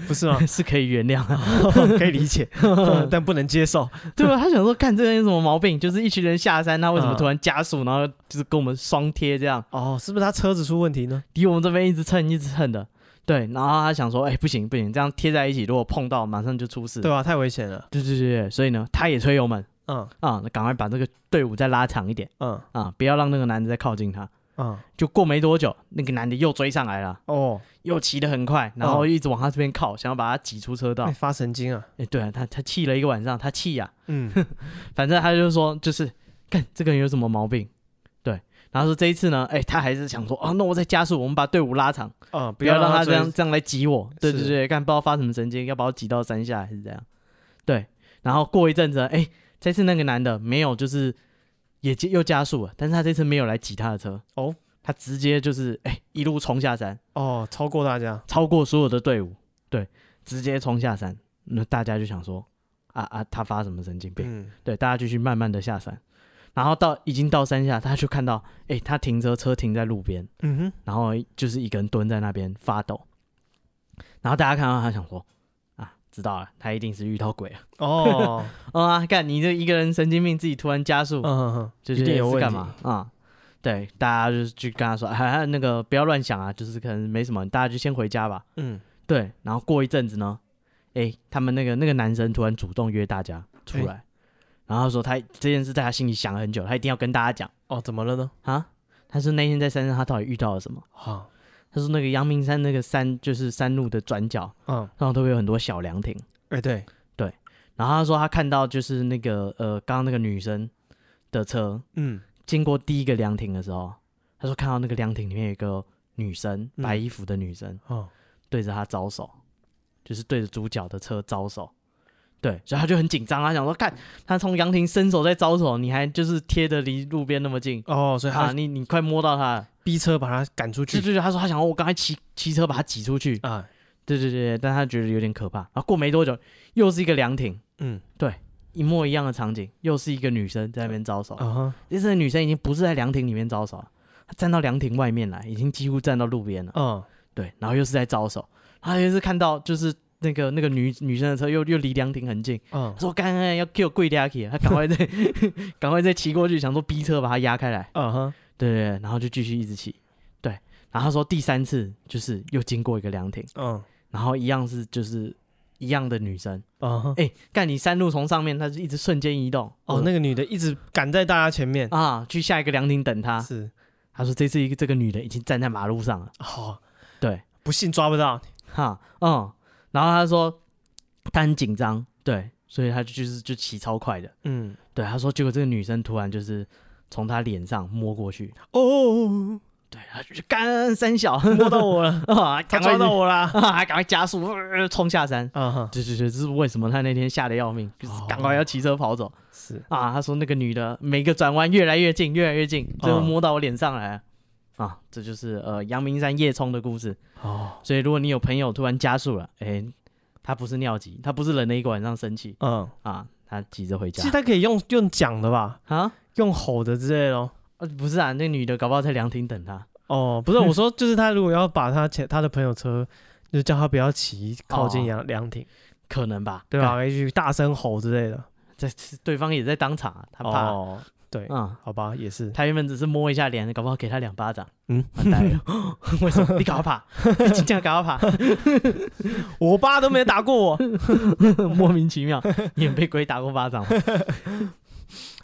A: 不是吗
B: 是可以原谅的，
A: 可以理 解，嗯但不能接受。
B: 对吧？他想说，干这个人有什么毛病？就是一群人下山，他为什么突然加速，然后就是跟我们双贴这样，
A: 哦，是不是他车子出问题呢？
B: 离我们这边一直蹭，一直蹭的。对，然后他想说，哎、不行不行，这样贴在一起，如果碰到，马上就出事。
A: 对啊，太危险了。
B: 对对对对，所以呢，他也吹油门
A: 嗯
B: 啊，那赶快把这个队伍再拉长一点
A: 嗯
B: 啊，不要让那个男的再靠近他。
A: 嗯，
B: 就过没多久，那个男的又追上来了，
A: 哦，
B: 又骑得很快，然后
A: 哦
B: 一直往他这边靠，想要把他挤出车道。
A: 哎
B: 哎、
A: 发神经啊。
B: 对啊，他他气了一个晚上，他气呀、
A: 嗯
B: 反正他就说，就是看这个人有什么毛病。对，然后说这一次呢，哎、他还是想说，哦，那我再加速，我们把队伍拉长，
A: 嗯，
B: 不要让他这
A: 追
B: 样。这样来挤我。对对
A: 是
B: 对，看不知道发什么神经，要把我挤到山下还是怎样。对，然后过一阵子，哎、这次那个男的没有就是也加又加速了，但是他这次没有来挤他的车
A: 哦，
B: 他直接就是哎、一路冲下山，
A: 哦，超过大家。
B: 超过所有的队伍，对，直接冲下山。那大家就想说，啊啊，他发什么神经病？
A: 嗯
B: 对，大家继续慢慢的下山，然后到已经到山下，他就看到，哎、他停车，车停在路边，
A: 嗯哼，
B: 然后就是一个人蹲在那边发抖，然后大家看到他想说，啊，知道了，他一定是遇到鬼了。
A: 哦，
B: 哦啊，干你这一个人神经病，自己突然加速，
A: 嗯嗯嗯，
B: 就
A: 一
B: 是
A: 定有
B: 是
A: 问
B: 干
A: 题
B: 嘛啊、对，大家就是去跟他说，啊，那个不要乱想啊，就是可能没什么，大家就先回家吧。
A: 嗯，
B: 对，然后过一阵子呢，哎，他们那个那个男生突然主动约大家出
A: 诶
B: 来，然后他说他这件事在他心里想了很久，他一定要跟大家讲
A: 哦，怎么了呢？
B: 啊。他说那天在山上他到底遇到了什么？
A: 好，
B: 他说那个阳明山那个山就是山路的转角，
A: 嗯，
B: 然后都会有很多小凉亭。
A: 哎，对，
B: 然后他说他看到就是那个呃刚刚那个女生的车
A: 嗯
B: 经过第一个凉亭的时候，他说看到那个凉亭里面有一个女生，
A: 嗯
B: 白衣服的女生，
A: 哦，
B: 对着他招手，就是对着主角的车招手。对，所以他就很紧张，他想说，看他从杨婷伸手在招手，你还就是贴的离路边那么近
A: 哦，所以
B: 啊，
A: 他
B: 你你快摸到他了。
A: 逼车把他赶出去
B: 对对对，他说他想，我刚才骑骑车把他挤出去。
A: 啊，
B: 对对对对，但他觉得有点可怕。然后过没多久，又是一个凉亭，
A: 嗯
B: 一模一样的场景，又是一个女生在那边招手。
A: 啊哈，
B: 这次的女生已经不是在凉亭里面招手了，她站到凉亭外面来，已经几乎站到路边了。
A: 嗯
B: 对，然后又是在招手，然后又是看到就是那个那个女女生的车又又离凉亭很近，
A: 嗯
B: 他说刚刚要给我跪下去，他啊赶快再 赶快再骑过去，想说逼车把他压开来，
A: 嗯哼，
B: 对对对，然后就继续一直骑，对，然后他说第三次就是又经过一个凉亭，
A: 嗯
B: 然后一样是就是一样的女生，
A: 嗯哼，
B: 哎，干你山路从上面，他就一直瞬间移动，
A: 哦，那个女的一直赶在大家前面，
B: 啊去下一个凉亭等他，
A: 是，
B: 他说这次一个这个女的已经站在马路上了，
A: 好，
B: 对。
A: 哦不信抓不到，
B: 哈，嗯，然后他说他很紧张，对，所以他就就是就骑超快的，
A: 嗯，
B: 对，他说结果这个女生突然就是从他脸上摸过去，
A: 哦，
B: 对，他就干三小
A: 摸到我了，他
B: 啊，赶快
A: 抓到我啦，
B: 啊，赶快加速、呃冲下山。
A: 啊哈，
B: 对对对，这是为什么他那天吓得要命，就是
A: 哦
B: 赶快要骑车跑走、
A: 是，
B: 啊！他说那个女的每个转弯越来越近，越来越近，最后
A: 嗯
B: 摸到我脸上来了、啊！这就是呃阳明山夜冲的故事。
A: 哦，
B: 所以如果你有朋友突然加速了，哎、他不是尿急，他不是忍了一个晚上生气
A: 嗯，
B: 啊，他急着回
A: 其
B: 家
A: 实他可以用用讲的吧，
B: 啊、
A: 用吼的之类的哦。
B: 呃不是啊，那女的搞不好在凉亭等他，
A: 哦，不是，我说就是他如果要把他前他的朋友车，就是叫他不要骑靠近
B: 哦
A: 凉凉亭，
B: 可能吧，
A: 对 啊吧？一句大声吼之类的，
B: 干？这这对方也在当场、啊，他怕，
A: 哦，对，
B: 嗯，
A: 好吧，也 是，
B: 他原本只是摸一下脸，搞不好给他两巴掌，
A: 嗯
B: 完蛋了， 为什么？你 搞怕，你尽量搞怕，
A: 我爸都没打过我。
B: 莫名其妙，你有被鬼打过巴掌吗？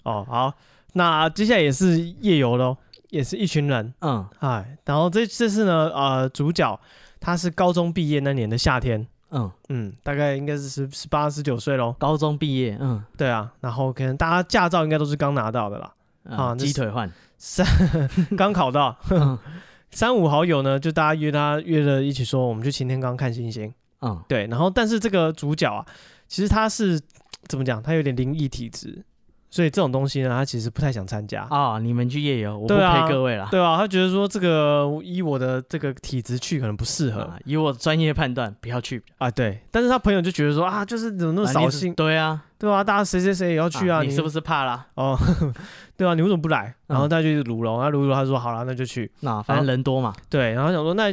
A: 哦，好，那接下来也是夜游喽，也是一群人，
B: 嗯
A: 哎，然后这这次呢，呃，主角他是高中毕业那年的夏天。
B: 嗯，
A: 嗯，大概应该是十十八十九岁喽，
B: 高中毕业，嗯
A: 对啊，然后可能大家驾照应该都是刚拿到的啦，
B: 啊，
A: 啊那
B: 鸡
A: 是
B: 腿换，
A: 三刚考到，
B: 嗯
A: 三五好友呢，就大家约他约了一起说，我们去擎天岗看星星。
B: 嗯
A: 对，然后但是这个主角啊，其实他是怎么讲？他有点灵异体质，所以这种东西呢，他其实不太想参加。
B: 啊、你们去夜游，我不
A: 对啊
B: 陪各位了。
A: 对啊，他觉得说这个以我的这个体质去可能不适合
B: 啊以我专业判断，不要去。
A: 啊，对。但是他朋友就觉得说啊，就是怎么那么
B: 啊
A: 扫
B: 你只
A: 兴，
B: 对啊，
A: 对啊，大家谁谁谁也要去啊，
B: 你是不是怕啦？
A: 哦，对啊，你为什么不来？然后
B: 嗯
A: 他就一直卢龙，那卢龙他说好了，那就去。
B: 那、反正人多嘛，
A: 对，然后想说那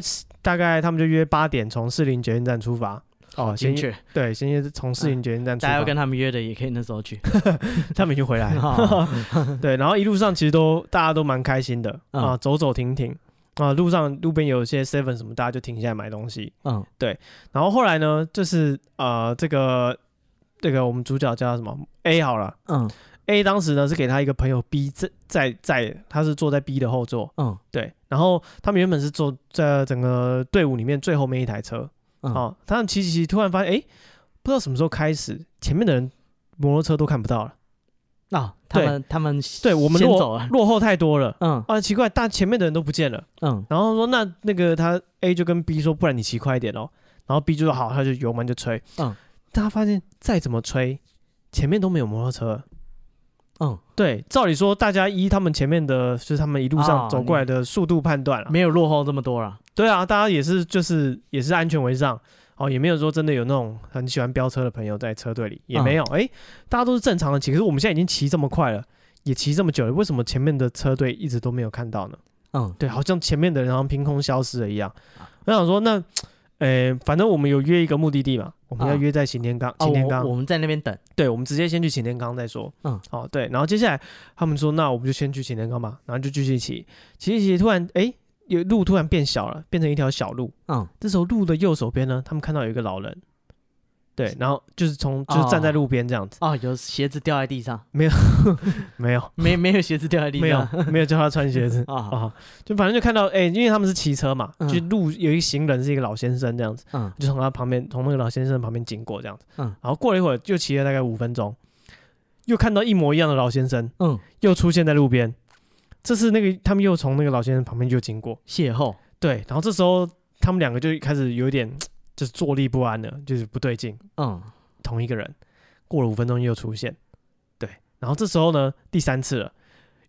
A: 大概他们就约八点从士林捷运站出发。哦，先
B: 啊先去。嗯
A: 对，先约从士林捷运站出
B: 大家
A: 发
B: 要，跟他们约的，也可以那时候去。
A: 他们已经回来了。
B: 哦
A: 对，然后一路上其实都大家都蛮开心的
B: 嗯
A: 啊，走走停停啊，路上路边有一些 seven 什么，大家就停下来买东西。
B: 嗯，
A: 然后后来呢，就是呃，这个这个我们主角叫什么 A 好了
B: 嗯
A: ，A 当时呢是给他一个朋友 B 在在在，他是坐在 B 的后座，
B: 嗯
A: 对，然后他们原本是坐在整个队伍里面最后面一台车，
B: 嗯，
A: 哦，他们骑骑骑，突然发现，哎，不知道什么时候开始，前面的人摩托车都看不到了，
B: 那、他
A: 对
B: 们他们
A: 对我们
B: 先
A: 落
B: 走了。
A: 落后太多了。
B: 嗯
A: 啊，奇怪，但前面的人都不见了。
B: 嗯
A: 然后说那那个他 A 就跟 B 说，不然你骑快一点哦。然后 B 就说好，他就油门就吹。
B: 嗯，
A: 但他发现再怎么吹，前面都没有摩托车。
B: 嗯，
A: 对，照理说大家依他们前面的，就是他们一路上
B: 哦
A: 走过来的速度判断了、啊
B: 没有落后这么多了。
A: 对啊，大家也是就是也是安全为上。哦，也没有说真的有那种很喜欢飙车的朋友在车队
B: 嗯
A: 里，也没有。哎、大家都是正常的骑，可是我们现在已经骑这么快了，也骑这么久了，为什么前面的车队一直都没有看到呢？
B: 嗯
A: 对，好像前面的人好像凭空消失了一样。
B: 啊
A: 我想说，那，呃，反正我们有约一个目的地嘛，我们要
B: 啊
A: 约在擎天岗。
B: 哦，
A: 擎天
B: 我
A: 岗，
B: 我们在那边等。
A: 对，我们直接先去擎天岗再说。
B: 嗯，
A: 哦，对，然后接下来他们说，那我们就先去擎天岗吧，然后就继续骑，骑一骑，突然，哎，有路突然变小了，变成一条小路。
B: 嗯，
A: 这时候路的右手边呢，他们看到有一个老人，对，然后就是从就是站在
B: 哦
A: 路边这样子，
B: 哦，有鞋子掉在地上，
A: 没有
B: 没没有鞋子掉在地上。
A: 没有没有叫他穿鞋子。
B: 啊、
A: 啊、就反正就看到，哎、因为他们是骑车嘛，
B: 嗯
A: 就路有一个行人是一个老先生这样子，
B: 嗯
A: 就从他旁边，从那个老先生旁边经过这样子，
B: 嗯
A: 然后过了一会儿，又骑了大概五分钟，又看到一模一样的老先生
B: 嗯，
A: 又出现在路边，这次那个他们又从那个老先生旁边又经过，
B: 邂逅。
A: 对，然后这时候他们两个就开始有点就是坐立不安了，就是不对劲，
B: 嗯
A: 同一个人，过了五分钟又出现，对，然后这时候呢第三次了，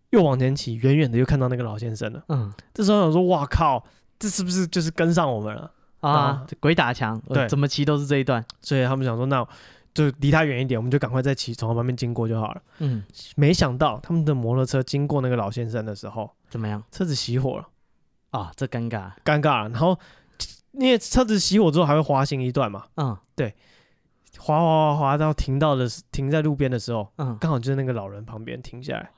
A: 又往前骑，远远的又看到那个老先生了。
B: 嗯
A: 这时候想说，哇靠，这是不是就是跟上我们了？啊
B: 啊，这鬼打墙，我
A: 对
B: 怎么骑都是这一段。
A: 所以他们想说，那就离他远一点，我们就赶快再骑，从他旁边经过就好了。
B: 嗯，
A: 没想到他们的摩托车经过那个老先生的时候，
B: 怎么样？
A: 车子熄火了，
B: 啊，这尴尬。
A: 尴尬了。然后因为车子熄火之后还会滑行一段嘛，
B: 嗯
A: 滑滑滑滑到停到的停在路边的时候，
B: 嗯，
A: 刚好就是那个老人旁边停下来。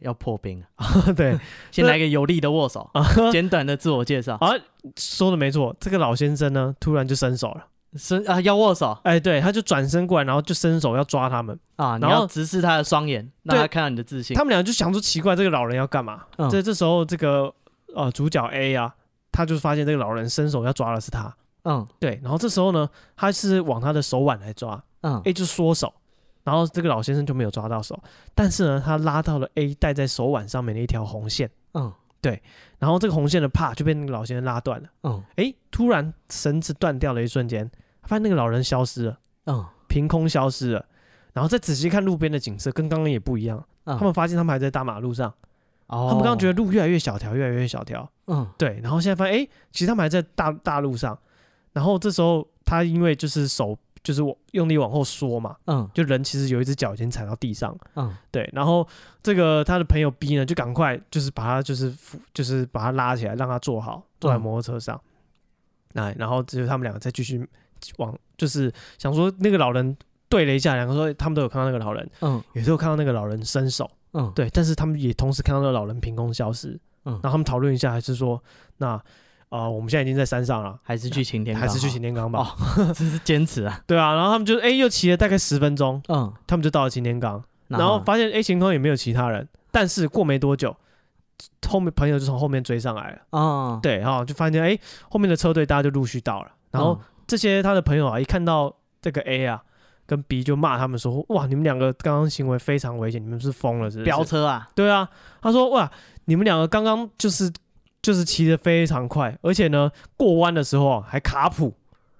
B: 要破冰啊了，
A: 对
B: 先来个有力的握手，
A: 啊，
B: 简短的自我介绍。
A: 啊，说的没错，这个老先生呢突然就伸手了，
B: 伸啊，要握手
A: 哎，对，他就转身过来，然后就伸手要抓他们。
B: 啊，你
A: 然后
B: 要直视他的双眼，让
A: 对
B: 他看到你的自信。
A: 他们俩就想说奇怪，这个老人要干嘛？
B: 嗯
A: 这这时候这个呃主角 A 啊，他就发现这个老人伸手要抓的是他，
B: 嗯
A: 对，然后这时候呢，他是往他的手腕来抓
B: 嗯
A: ，A 就缩手，然后这个老先生就没有抓到手，但是呢，他拉到了 A 戴在手腕上面的一条红线，
B: 嗯
A: 然后这个红线的帕就被那个老先生拉断了，
B: 嗯
A: 诶，突然绳子断掉了一瞬间，发现那个老人消失了，
B: 嗯
A: 凭空消失了。然后再仔细看路边的景色，跟刚刚也不一样。
B: 嗯，
A: 他们发现他们还在大马路上，
B: 他
A: 他们刚刚觉得路越来越小条，越来越小条，
B: 嗯
A: 对，然后现在发现，哎、其实他们还在大大路上，然后这时候他因为就是手就是我用力往后缩嘛，
B: 嗯
A: 就人其实有一只脚已经踩到地上，
B: 嗯
A: 对，然后这个他的朋友 B 呢就赶快就是把他就是扶就是把他拉起来，让他坐好，坐在
B: 嗯
A: 摩托车上，那、然后就是他们两个再继续往就是想说那个老人对了一下，两个说他们都有看到那个老人，
B: 嗯
A: 也都有看到那个老人伸手。
B: 嗯
A: 对，但是他们也同时看到那个老人凭空消失。
B: 嗯
A: 然后他们讨论一下，还是说，那啊、呃我们现在已经在山上了，
B: 还是去晴天，
A: 还是去擎，天岗吧？
B: 哦只是坚持啊。
A: 对啊，然后他们就哎、又骑了大概十分钟，
B: 嗯，
A: 他们就到了擎天岗，然后发现哎晴空也没有其他人，但是过没多久，后面朋友就从后面追上来了，
B: 啊，
A: 对，然后就发现哎、后面的车队大家就陆续到了，然
B: 嗯
A: 后这些他的朋友啊一看到这个 A 啊。跟 B 就骂他们说：“哇，你们两个刚刚行为非常危险，你们是疯了，是不是？
B: 嗯飙车啊，
A: 对啊，他说哇，你们两个刚刚就是就是骑得非常快，而且呢，过弯的时候啊还卡普，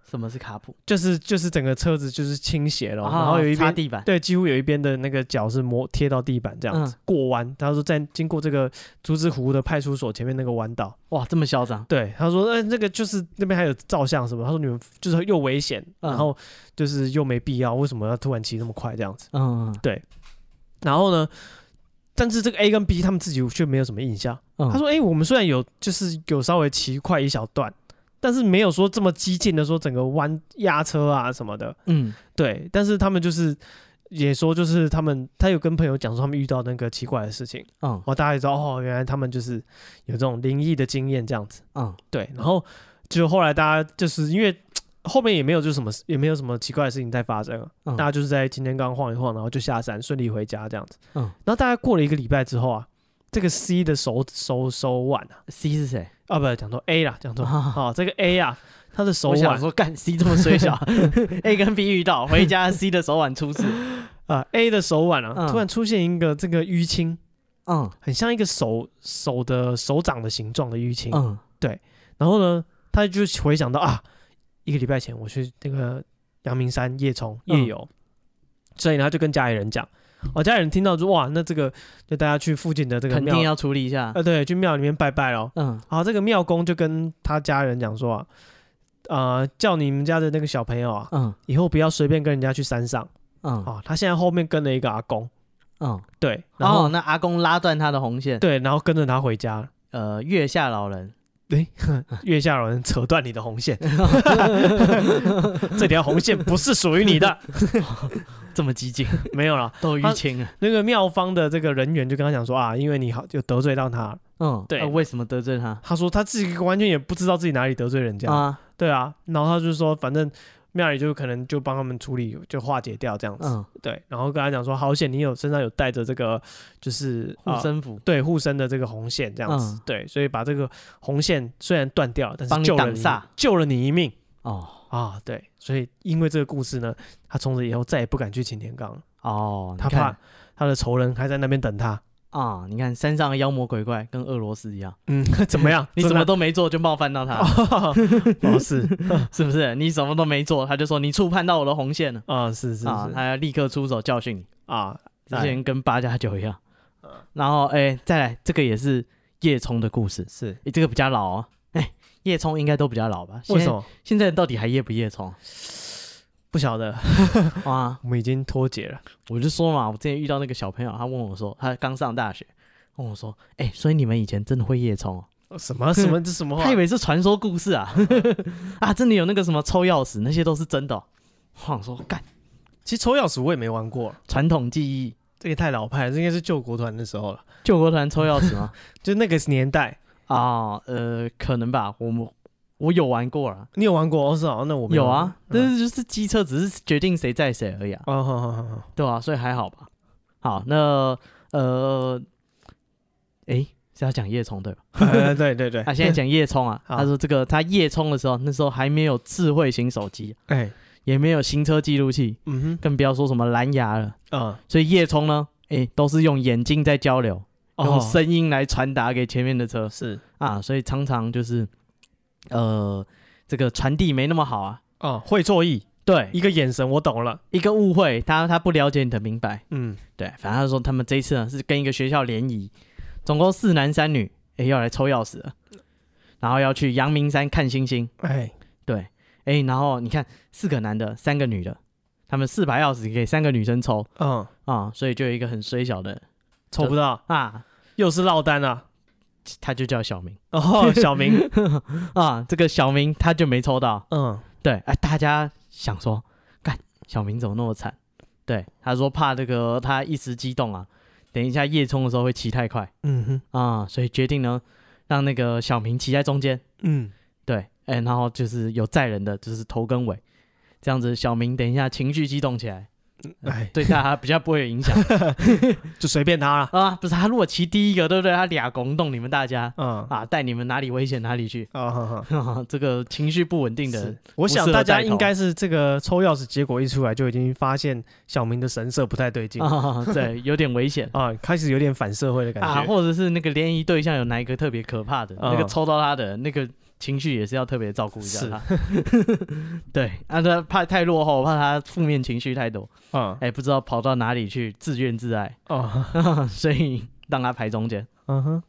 B: 什么是卡普？
A: 就是就是整个车子就是倾斜了，
B: 哦
A: 然后有一
B: 擦
A: 边
B: 地板，嗯
A: 对，几乎有一边的那个脚是磨贴到地板这样子、过弯。他说在经过这个竹子湖的派出所前面那个弯道，
B: 哇，这么嚣张，
A: 对，他说，嗯、那个就是那边还有照相什么，他说你们就是又危险，
B: 嗯
A: 然后就是又没必要，为什么要突然骑那么快这样子？
B: 嗯嗯
A: 然后呢，但是这个 A 跟 B 他们自己却没有什么印象。
B: 嗯，
A: 他说，哎、我们虽然有就是有稍微骑快一小段，但是没有说这么激进的说整个弯压车啊什么的。
B: 嗯
A: 对，但是他们就是也说，就是他们他有跟朋友讲说他们遇到那个奇怪的事情，
B: 嗯
A: 哦，大家也知道哦，原来他们就是有这种灵异的经验这样子。
B: 嗯
A: 对，然后就后来大家就是因为后面也没有就什么也没有什么奇怪的事情在发生啊，
B: 嗯
A: 大家就是在擎天岗晃一晃，然后就下山顺利回家这样子。
B: 嗯
A: 然后大概过了一个礼拜之后啊，这个 C 的手手手腕啊，
B: ，C 是谁？
A: 啊不讲错 A 啦，讲错，
B: 啊
A: 好、 这个 A 啊，他的手
B: 我想
A: 腕
B: 说，干 C 这么水小 ，A 跟 B 遇到，回家 C 的手腕出事，
A: 啊 A 的手腕啊，
B: 嗯
A: 突然出现一个这个淤青。
B: 嗯
A: 很像一个手手的手掌的形状的淤青。
B: 嗯
A: 然后呢，他就回想到啊，一个礼拜前我去那个阳明山夜冲
B: 嗯
A: 夜游，所以呢他就跟家里人讲，哦，家里人听到说哇，那这个就大家去附近的这个
B: 肯定
A: 庙，
B: 要处理一下，
A: 呃，对，去庙里面拜拜咯。
B: 嗯
A: 好，这个庙公就跟他家人讲说啊，呃，叫你们家的那个小朋友啊，
B: 嗯
A: 以后不要随便跟人家去山上
B: 嗯
A: 啊。他现在后面跟了一个阿公，
B: 嗯，
A: 对，然
B: 然
A: 后、
B: 后那阿公拉断他的红线，
A: 对，然后跟着他回家，
B: 呃，月下老人，嗯
A: 月下老人扯断你的红 线，这条红线不是属于你的。
B: 这么激进，
A: 没有了，
B: 都淤青啊，
A: 那个妙方的这个人员就跟他讲说啊，因为你好就得罪到他，
B: 嗯，
A: 对
B: 啊为什么得罪他
A: 他说他自己完全也不知道自己哪里得罪人家，
B: 啊？
A: 对啊，然后他就说反正庙里就可能就帮他们处理就化解掉这样子，
B: 嗯，
A: 对，然后跟他讲说好险你有身上有带着这个就是
B: 护
A: 啊
B: 身符，
A: 对护身的这个红线这样子，
B: 嗯
A: 对，所以把这个红线虽然断掉了，但
B: 帮
A: 是
B: 你
A: 救了
B: 挡
A: 你
B: 煞
A: 救了你一命。
B: 哦
A: 啊，对，所以因为这个故事呢，他从此以后再也不敢去擎天岗了，
B: 哦，
A: 他
B: 你看
A: 怕他的仇人还在那边等他。
B: 啊，你看山上的妖魔鬼怪跟俄罗斯一样，
A: 嗯， 怎么样？
B: 你什么
A: 都
B: 都没做就冒犯到他，
A: 哦不是
B: 是不是？你什么都没做，他就说你触碰到我的红线了
A: 啊，是是是
B: 啊，他要立刻出手教训你，
A: 啊，
B: 之前跟八加九一样。
A: 嗯
B: 然后哎，再来这个也是叶冲的故事，
A: 是
B: 诶这个比较老哦， 哎，叶冲应该都比较老吧？
A: 为
B: 现在
A: 什？么
B: 现在到底还叶不叶冲
A: 不晓得？
B: 哇？
A: 我们已经脱节了。
B: 我就说嘛，我之前遇到那个小朋友，他问我说，他刚上大学，问我说，哎、所以你们以前真的会夜冲、哦？
A: 什么什么这什么话
B: 他以？为是传说故事 啊，啊，真的有那个什么抽钥匙，那些都是真的、哦。我想说，干
A: 其实抽钥匙我也没玩过，
B: 传统技艺，
A: 这个太老派了，这应该是救国团的时候了，
B: 救国团抽钥匙 吗？
A: 就那个年代。
B: 啊，呃，可能吧，我们我有玩过啊，
A: 你有玩过？哦，是哦，那我没
B: 有
A: 玩
B: 啊，
A: 过
B: 但是就是机车只是决定谁载谁而已啊，
A: 嗯哦，好好好 好，
B: 对啊，所以还好吧。好，那呃，哎、是要讲夜冲对吧？
A: 哎对对对，
B: 他现在讲夜冲啊
A: ，好
B: 他说这个他夜冲的时候，那时候还没有智慧型手机，啊
A: 哎，
B: 也没有行车记录器，
A: 嗯
B: 更不要说什么蓝牙了。
A: 哼，啊，
B: 所以夜冲呢，诶，都是用眼睛在交流，用
A: 哦
B: 声音来传达给前面的车
A: 是
B: 啊，所以常常就是，呃，这个传递没那么好啊。
A: 啊，会错意，
B: 对，
A: 一个眼神我懂了。
B: 一个误会，他他不了解你的明白。
A: 嗯，
B: 对，反正他说他们这一次呢是跟一个学校联谊，总共四男三女，诶，要来抽钥匙了，然后要去阳明山看星星。
A: 哎，
B: 对，哎、然后你看四个男的，三个女的，他们四把钥匙给三个女生抽
A: 嗯，
B: 啊、所以就有一个很衰小的
A: 抽不到，
B: 啊，
A: 又是落单 啊。
B: 他就叫小明
A: 哦，小 明，
B: 啊，这个小明他就没抽到。
A: 嗯，
B: 对，哎、大家想说，干小明怎么那么惨？对，他说怕这个他一时激动啊，等一下夜冲的时候会骑太快
A: 嗯哼，
B: 啊、所以决定呢让那个小明骑在中间。
A: 嗯，
B: 对，哎、然后就是有载人的，就是头跟尾，这样子小明等一下情绪激动起来，
A: 哎，
B: 对大家比较不会有影响
A: 就随便他了。
B: 啊。不是他如果骑第一个，对不对？他俩拱动你们大家
A: 嗯，啊
B: 啊，带你们哪里危险哪里去。
A: 哈哈，
B: 这个情绪不稳定的
A: 是，我想
B: 不适合
A: 大家
B: 带头
A: 应该是这个抽钥匙结果一出来就已经发现小明的神色不太对劲
B: 啊， 对，有点危险
A: 啊，开始有点反社会的感
B: 啊，
A: 觉。
B: 或者是那个联谊对象有哪一个特别可怕的，
A: 啊
B: 那个抽到他的那个情绪也是要特别照顾一下他。 对，啊，他怕太落后，怕他负面情绪太多，
A: 嗯，
B: 哎，不知道跑到哪里去自怨自艾，
A: 哦，
B: 所以让他排中间。
A: 嗯哼，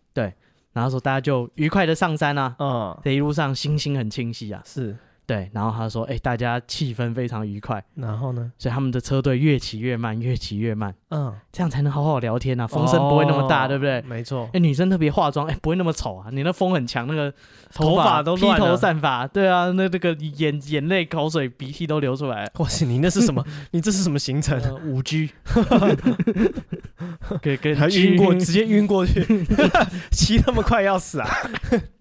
B: 然后说大家就愉快的上山啊，
A: 嗯，
B: 这一路上星星很清晰啊。
A: 是，
B: 对，然后他说，哎，大家气氛非常愉快，
A: 然后呢？
B: 所以他们的车队越骑越慢，越骑越慢，
A: 嗯，
B: 这样才能好好聊天啊，风声不会那么大，
A: 哦
B: 对不对？
A: 没错
B: 哎、，女生特别化妆，哎、不会那么丑啊。你那风很强，那个
A: 头发都
B: 披
A: 乱
B: 头
A: 了
B: 散发，对啊，那这个眼眼泪、口水、鼻涕都流出来了。
A: 哇塞，你那是什 么？你这是什么行程？
B: 五、G，跟跟
A: 还
B: G
A: 晕过，直接晕过 去，骑那么快要死 啊！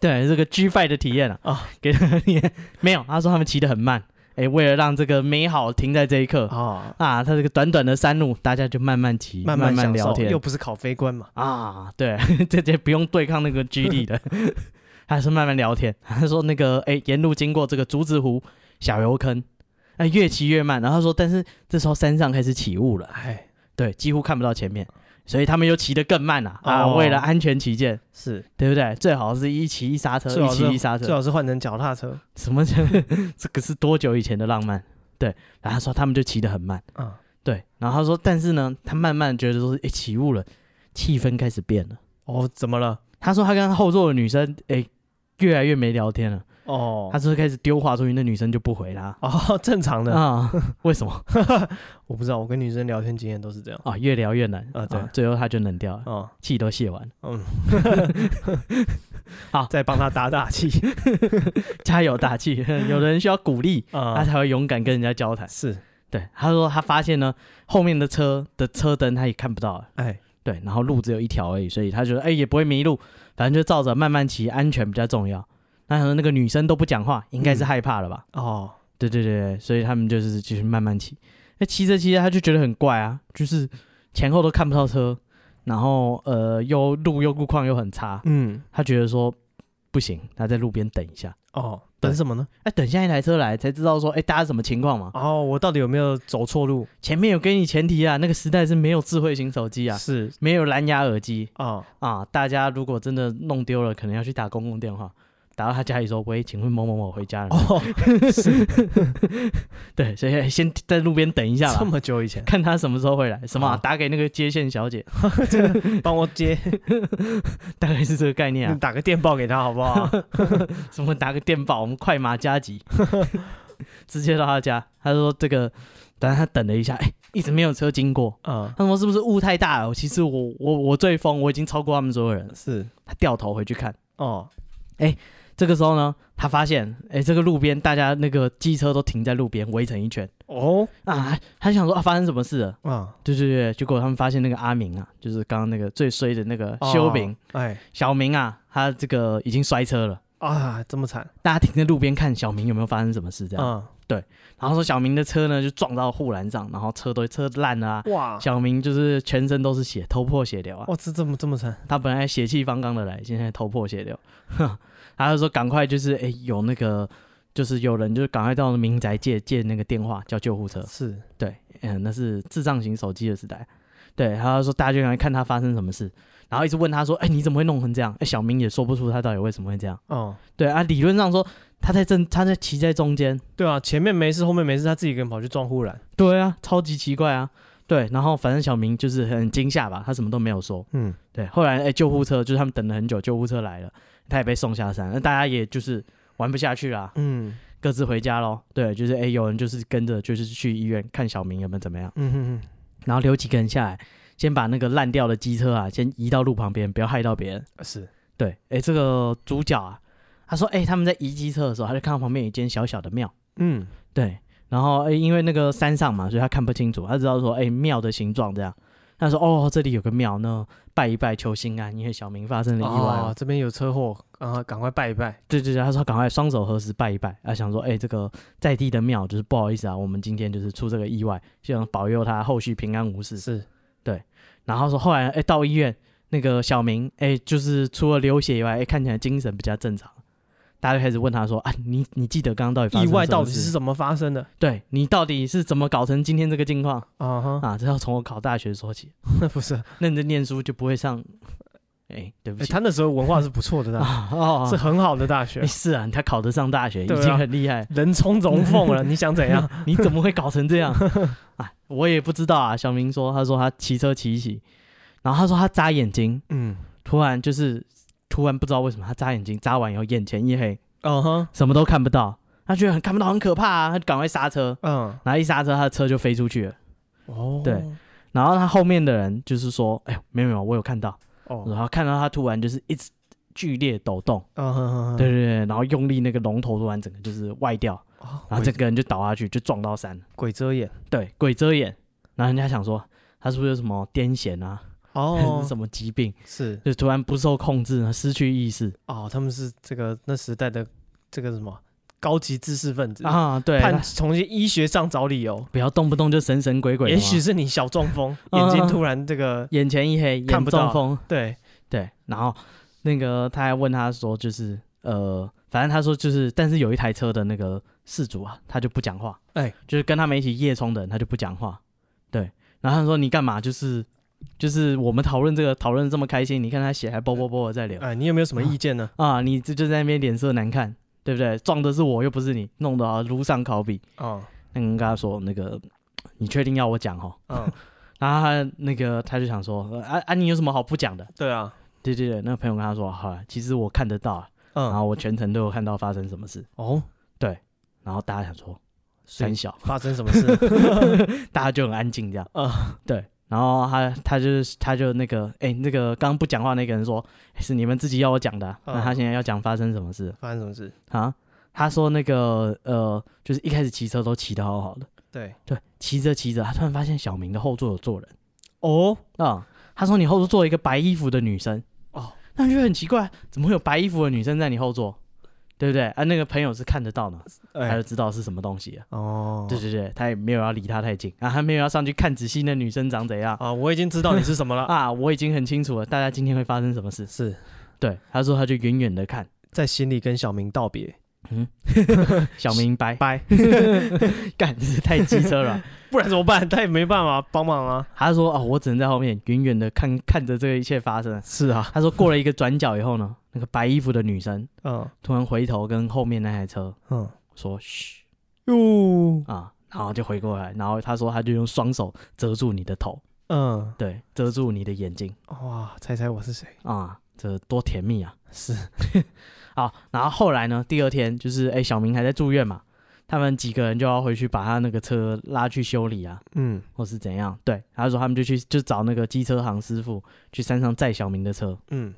B: 对这个 G Five 的体验啊，
A: 啊
B: 给他体验没有？他说他们骑得很慢，哎、为了让这个美好停在这一刻、
A: 啊，
B: 啊，他这个短短的山路，大家就慢慢骑，
A: 慢
B: 慢
A: 享
B: 聊
A: 受，
B: 天
A: 又不是考飞官嘛。
B: 啊，对， 这这不用对抗那个 G D 的， 还是慢慢聊天。他说那个，哎，沿路经过这个竹子湖小油坑，哎，越骑越慢。然后他说，但是这时候山上开始起雾了，
A: 哎，
B: 对，几乎看不到前面，所以他们又骑得更慢了啊
A: 哦
B: 为了安全起见，
A: 是，
B: 对不对？最好是一骑一刹车，
A: 最
B: 一
A: 好是
B: 骑一刹
A: 最
B: 车。
A: 好是换成脚踏车。
B: 什么 叫？这个是多久以前的浪漫？对，然后他说他们就骑得很慢，
A: 啊，
B: 对。然后他说，但是呢，他慢慢觉得说，哎，起雾了，气氛开始变了。
A: 哦，怎么了？
B: 他说他跟后座的女生，哎、越来越没聊天了。
A: 哦
B: 他，就是开始丢话出去，那女生就不回他。
A: 哦，正常的。
B: 啊、为什么
A: 我不知道，我跟女生聊天经验都是这样。
B: 啊？越聊越难
A: 啊对
B: 最后他就冷掉了，
A: 哦，
B: 气都泄完了。
A: 嗯，
B: 好
A: 再帮他打打 气
B: 加油打气， 有的人需要鼓励，他
A: 啊，
B: 才会勇敢跟人家交谈。
A: 是，
B: 对，他说他发现呢，后面的车的车灯他也看不到了，
A: 哎，
B: 对，然后路只有一条而已，所以他觉得哎、也不会迷路，反正就照着慢慢骑，安全比较重要。那可能那个女生都不讲话，应该是
A: 嗯
B: 害怕了吧？
A: 哦，
B: 对对对，对所以他们就是就是慢慢骑。那骑着骑着，他就觉得很怪啊，就是前后都看不到车，然后呃又路又路况又很差，
A: 嗯，
B: 他觉得说不行，他在路边等一下。
A: 哦，等什么呢？
B: 哎，等下一台车来才知道说，哎，大家什么情况嘛？
A: 哦，我到底有没有走错路？
B: 前面有给你前提啊，那个时代是没有智慧型手机啊，
A: 是
B: 没有蓝牙耳机
A: 啊，
B: 啊，大家如果真的弄丢了，可能要去打公共电话，打到他家里说，喂，请问某某某回家了吗？
A: 哦，是
B: 对，所以先在路边等一下吧。
A: 这啊么久以前，
B: 看他什么时候会来，什么啊、
A: 好
B: 打给那个接线小姐，
A: 帮我接，
B: 大概是这个概念啊
A: 你。打个电报给他好不 好？嗯
B: 什么打个电报，我们快马加 急， 直接到他家。他说这个，但是他等了一下，哎、一直没有车经过。
A: 啊，
B: 他说是不是雾太大了？其实我我我最疯，我已经超过他们所有人了。
A: 是，
B: 他掉头回去看，
A: 哦，
B: 这个时候呢，他发现，哎、这个路边大家那个机车都停在路边围成一圈
A: 哦，
B: 啊，他想说啊，发生什么事了？
A: 啊，
B: 对对对，结果他们发现那个阿明啊，就是刚刚那个最衰的那个修饼，
A: 哎，
B: 小明啊，他这个已经摔车了。
A: 啊，这么惨，
B: 大家停在路边看小明有没有发生什么事，这样。
A: 啊，
B: 然后说小明的车呢就撞到护栏上，然后车都车烂了啊。
A: 哇，
B: 小明就是全身都是血，头破血流啊。
A: 嗯哇，这这么这么惨，
B: 他本来血气方刚的来，现在头破血流。 哼他就说赶快就是哎、有那个就是有人就是赶快到民宅借借那个电话叫救护车。
A: 是，
B: 对，嗯，那是智障型手机的时代。对，他就说大家就赶快看他发生什么事，然后一直问他说，哎、你怎么会弄成这样？哎、小明也说不出他到底为什么会这样。
A: 哦，
B: 对啊，理论上说他在正他在骑在中间，
A: 对啊，前面没事，后面没事，他自己一个人跑去撞护栏，
B: 对啊，超级奇怪啊。对，然后反正小明就是很惊吓吧，他什么都没有说。
A: 嗯，
B: 对，后来哎、救护车就是他们等了很久，救护车来了，他也被送下山，那大家也就是玩不下去啦，
A: 嗯，
B: 各自回家咯。对，就是哎、有人就是跟着就是去医院看小明有没有怎么样，
A: 嗯哼
B: 然后留几个人下来，先把那个烂掉的机车啊，先移到路旁边，不要害到别人。
A: 哼，呃是，
B: 对，哎、这个主角啊，他说哎、他们在移机车的时候，他就看到旁边有一间小小的庙。
A: 嗯，
B: 对，然后诶，因为那个山上嘛，所以他看不清楚，他知道说，诶，庙的形状这样。他说，哦，这里有个庙，那拜一拜求心安，因为小明发生了意外嘛。
A: 哦，这边有车祸，啊，赶快拜一拜，
B: 对对对，他说赶快双手合十拜一拜，啊，想说，诶，这个在地的庙就是不好意思啊，我们今天就是出这个意外，希望保佑他后续平安无事。
A: 是，
B: 然后说后来，诶，到医院，那个小明，诶，就是除了流血以外，诶，看起来精神比较正常。大家就开始问他说：“啊，你你记得刚刚到底发生
A: 意外
B: 什么
A: 到底
B: 事
A: 是怎么发生的？
B: 对你到底是怎么搞成今天这个境况？
A: 啊哈，
B: 啊，这要从我考大学说起。
A: 那不是，
B: 认真念书就不会上 哎，对不
A: 哎，
B: 起，
A: 他那时候文化是不错的大
B: 啊 哦
A: 学，是很好的大学
B: 哎，是啊，他考得上大学已
A: 对啊啊
B: 经很厉害，哎
A: 人冲龙凤 了，你想怎样？
B: 你怎么会搞 成这样？哎，我也不知道啊。小明说，他说他骑车骑一骑，然后他说他眨眼睛，
A: 嗯，
B: 突然就是突然不知道为什么他眨眼睛，眨完以后眼前一黑，
A: 哦哈，
B: 什么都看不到，他觉得很看不到，很可怕啊，他就赶快刹车，
A: 嗯，
B: 然后一刹车，他的车就飞出去了。
A: 哦，
B: 对，然后他后面的人就是说，哎呦，没有没有，我有看到，
A: 哦，
B: 然后看到他突然就是一直剧烈抖动，
A: 嗯哼哼，
B: 对
A: 对，
B: 对对，然后用力那个龙头突然整个就是外掉，然后
A: 哦鬼
B: 整个人就倒下去，就撞到山了。
A: 鬼遮眼，
B: 对，鬼遮眼。然后人家想说他是不是有什么癫痫啊，还
A: 哦
B: 是，什么疾病，
A: 是，
B: 就突然不受控制，失去意识
A: 哦，他们是这个那时代的这个什么高级知识分子，
B: 啊？对，
A: 判
B: 他
A: 从一些医学上找理由，
B: 不要动不动就神神鬼鬼的
A: 也
B: 嘛。
A: 许是你小中风，
B: 嗯
A: 眼睛突然这个
B: 眼前一黑，
A: 看
B: 眼
A: 不到
B: 中风。
A: 对，
B: 对，然后那个他还问他说，就是呃，反正他说就是，但是有一台车的那个事主啊，他就不讲话，
A: 哎
B: 就是跟他们一起夜冲的人，他就不讲话。对，然后他说你干嘛？就是就是我们讨论这个讨论得这么开心，你看他血还啵啵啵的在流。
A: 哎，你有没有什么意见呢？
B: 啊，你这就在那边脸色难看，对不对？撞的是我，又不是你，弄得啊如上考比。
A: 哦，
B: 那跟他说那个，你确定要我讲哦？
A: 嗯，
B: 然后他那个他就想说，呃啊啊，你有什么好不讲的？
A: 对啊，
B: 对对对，那个朋友跟他说，好了，其实我看得到啊，然
A: 嗯，
B: 后我全程都有看到发生什么事。
A: 哦，
B: 然后大家想说
A: 所以
B: 三小，
A: 发生什么 事？
B: 大家就很安静这样。
A: 啊，
B: 对，然后他他就是他就那个，哎，那个刚刚不讲话那个人说，诶是你们自己要我讲的啊、那他
A: 嗯
B: 现在要讲发生什么事
A: 发生什么事？
B: 啊？他说那个呃，就是一开始骑车都骑得好好的。
A: 对，
B: 对，骑着骑着，他突然发现小明的后座有坐人
A: 哦，
B: 啊、他说你后座坐了一个白衣服的女生
A: 哦，
B: 那你就很奇怪，怎么会有白衣服的女生在你后座？对不对？啊，那个朋友是看得到呢，他
A: 哎
B: 就，知道是什么东西了。
A: 哦，
B: 对对对，他也没有要离他太近啊，他没有要上去看仔细那女生长怎样
A: 啊，我已经知道你是什么了，
B: 啊。我已经很清楚了，大家今天会发生什么事。
A: 是
B: 对，他说他就远远的看，
A: 在心里跟小明道别，
B: 小明白
A: 拜，
B: 干，真是太机车了。
A: 不然怎么办？他也没办法帮忙啊。
B: 他说啊，我只能在后面远远的看看着这一切发生。
A: 是啊，
B: 他说过了一个转角以后呢，那个白衣服的女生
A: 嗯
B: 突然回头跟后面那台车
A: 嗯，
B: 说“嘘
A: 哟”，
B: 啊，然后就回过来，然后他说他就用双手遮住你的头，
A: 嗯，
B: 对，遮住你的眼睛
A: 哇，猜猜我是谁？
B: 啊，这多甜蜜啊！
A: 是，
B: 好，然后后来呢，第二天就是哎，小明还在住院嘛，他们几个人就要回去把他那个车拉去修理啊，
A: 嗯，
B: 或是怎样？对，他说他们就去就找那个机车行师傅去山上载小明的车，
A: 嗯，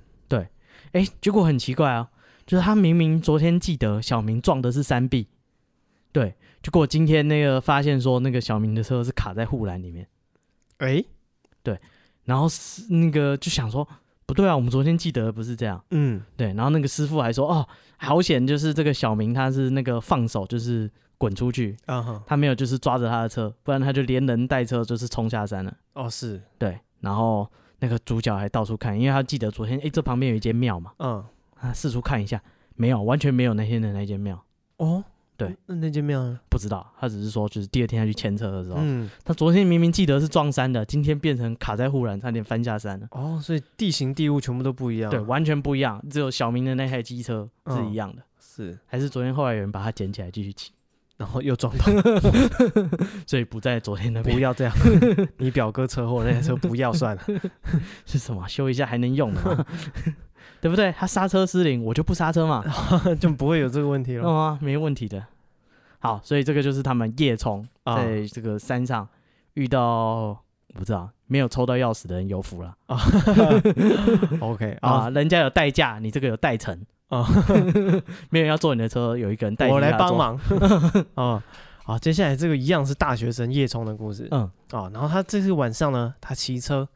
B: 哎，结果很奇怪啊，就是他明明昨天记得小明撞的是山壁，对，结果今天那个发现说那个小明的车是卡在护栏里面，
A: 哎，
B: 然后是那个就想说不对啊，我们昨天记得不是这样，
A: 嗯，
B: 对，然后那个师傅还说哦，好险，就是这个小明他是那个放手就是滚出去，
A: 啊哈，
B: 他没有就是抓着他的车，不然他就连人带车就是冲下山了，
A: 哦是，
B: 对，然后那个主角还到处看，因为他记得昨天哎这旁边有一间庙嘛，
A: 嗯，
B: 他四处看一下，没有，完全没有那天的那间庙。
A: 哦，
B: 对，
A: 那那间庙呢，
B: 不知道，他只是说就是第二天他去牵车的时候，
A: 嗯，
B: 他昨天明明记得是撞山的，今天变成卡在护栏，差点翻下山了。
A: 哦，所以地形地物全部都不一样，
B: 对，，完全不一样，只有小明的那台机车是一
A: 嗯
B: 样的，
A: 是，
B: 还是昨天后来有人把它捡起来继续 骑，
A: 然后又撞到，
B: 所以不在昨天那
A: 不
B: 边
A: 要这样， 你表哥车祸那台车不要算了，
B: 是什么修一下还能用的嘛，对不对？他刹车失灵，我就不刹 车
A: 哎
B: 嘛，
A: 就不会有这个问题
B: 嗯
A: 了。
B: 啊，没问题的。好，所以这个就是他们夜冲
A: 啊
B: 在这个山上遇到，我不知道没有抽到钥匙的人有福了。
A: 啊 OK 啊
B: 啊，，人家有代驾，你这个有代乘
A: 啊
B: 啊， 没有人要坐你的车，有一个人代
A: 我来
B: 你下
A: 帮。
B: 坐
A: 忙啊。好，接下来这个一样是大学生叶冲的故事。
B: 嗯，
A: 啊，然后他这次晚上呢，他骑车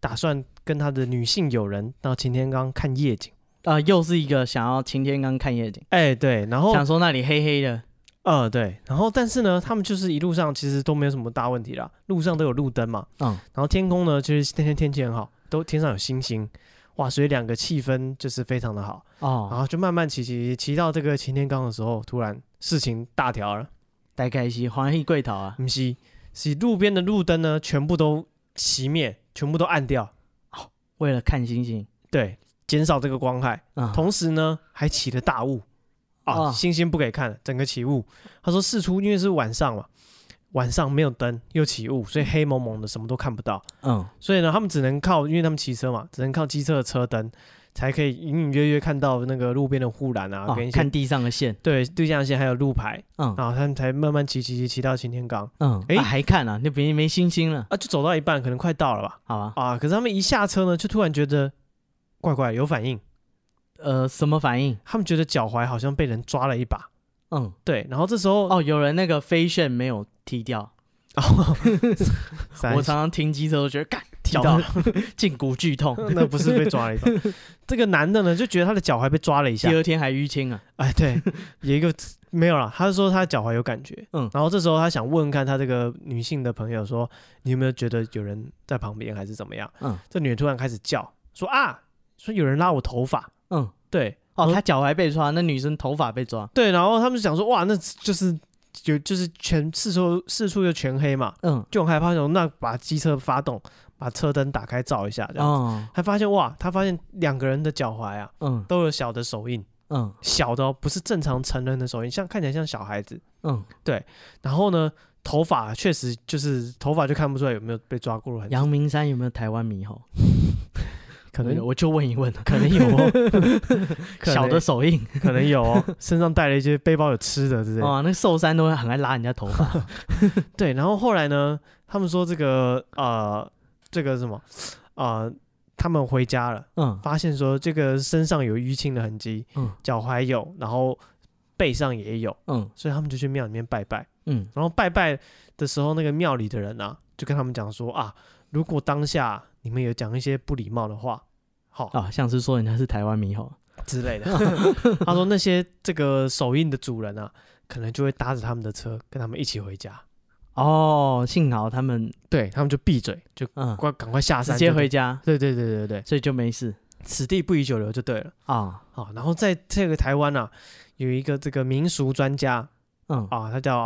A: 打算跟他的女性友人到擎天岗看夜景。
B: 啊、又是一个想要晴天刚看夜景，
A: 哎，对，然后
B: 想说那里黑黑的，
A: 呃，对，然后但是呢，他们就是一路上其实都没有什么大问题啦，路上都有路灯嘛，
B: 嗯，
A: 然后天空呢，其实那天天气很好，都天上有星星，哇，所以两个气氛就是非常的好，然
B: 哦，
A: 后就慢慢骑骑骑到这个擎天岗的时候，突然事情大条了，
B: 大概是欢喜贵头啊，
A: 不是，是路边的路灯呢全部都熄灭，全部都暗掉，
B: 为了看星星，
A: 对，减少这个光害，
B: 啊，
A: 同时呢还起了大雾啊，
B: 啊
A: 星星不给看，整个起雾。他说事出因为是晚上嘛，晚上没有灯又起雾，所以黑蒙蒙的，什么都看不到。
B: 嗯
A: 所以呢，他们只能靠，因为他们骑车嘛，只能靠机车的车灯，才可以隐隐约约看到那个路边的护栏啊，
B: 啊
A: 跟一，些
B: 看地上的线，
A: 对对象线还有路牌，
B: 嗯
A: 然后他们才慢慢骑骑骑骑到擎天岗
B: 嗯，
A: 诶
B: 啊还看啊，那边没星星了，
A: 啊，就走到一半，可能快到了吧
B: 好吧？
A: 啊，可是他们一下车呢，就突然觉得怪怪有反应，
B: 呃，什么反应？
A: 他们觉得脚踝好像被人抓了一把，
B: 嗯，
A: 对，然后这时候
B: 哦，有人那个飞旋没有踢掉，
A: 哦，三
B: 我常常停机车都觉得，干踢
A: 脚
B: 到 了，胫骨剧痛，
A: 那不是被抓了一把，这个男的呢就觉得他的脚踝被抓了一
B: 第
A: 下，
B: 二天还淤青啊，
A: 哎，对，有一个没有了，他是说他脚踝有感觉，
B: 嗯
A: 然后这时候他想问问看他这个女性的朋友说，你有没有觉得有人在旁边还是怎么样？
B: 嗯
A: 这女人突然开始叫说啊，说有人拉我头发，
B: 嗯，
A: 对，
B: 哦，他脚踝被抓，那女生头发被抓，
A: 对，然后他们就想说哇，那就是就就是全四处四处就全黑嘛，
B: 嗯，
A: 就很害怕，想说那把机车发动，把车灯打开照一下，这样子。
B: 哦，
A: 他发现哇，他发现两个人的脚踝啊
B: 嗯
A: 都有小的手印，
B: 嗯
A: 小的、哦、不是正常成人的手印，像看起来像小孩子。
B: 嗯，
A: 然后呢，头发确实就是头发就看不出来有没有被抓过痕迹，
B: 阳明山有没有台湾猕猴？
A: 可能
B: 我就问一问，
A: 可能有、哦，可能
B: 小的手印
A: 可能有、 哦，身上带了一些背包有吃的之类的。
B: 啊，那寿山都会很爱拉人家头发，
A: 对，然后后来呢，他们说这个呃，这个什么呃，他们回家了，
B: 嗯
A: 发现说这个身上有淤青的痕迹，
B: 嗯
A: 脚踝有，然后背上也有，
B: 嗯
A: 所以他们就去庙里面拜拜。
B: 嗯
A: 然后拜拜的时候，那个庙里的人啊，就跟他们讲说啊，如果当下你们有讲一些不礼貌的话，好、
B: 啊，像是说人家是台湾猕猴，
A: 之类的， 他说那些这个手印的主人啊，可能就会搭着他们的车跟他们一起回家，
B: 哦，幸好他们
A: 对他们就闭嘴，就
B: 嗯
A: 快赶快下山，
B: 直接
A: 就
B: 回。家，
A: 对对对对对，
B: 所以就没事
A: 此地不宜久留就对了。
B: 啊，
A: 好，然后在这个台湾啊，有一个这个民俗专家
B: 嗯
A: 啊，他叫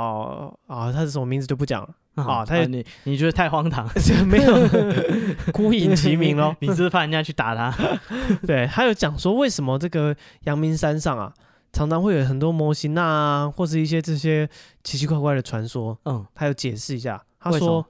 A: 啊，他是什么名字就不讲了， 啊他也
B: 你你觉得太荒 唐，
A: 这没有孤影其名 咯。
B: 你是不是怕人家去打他？
A: 对，还有讲说为什么这个阳明山上啊，常常会有很多模型啊，或是一些这些奇奇怪怪的传说，
B: 嗯
A: 他有解释一下，他
B: 为什
A: 说
B: 么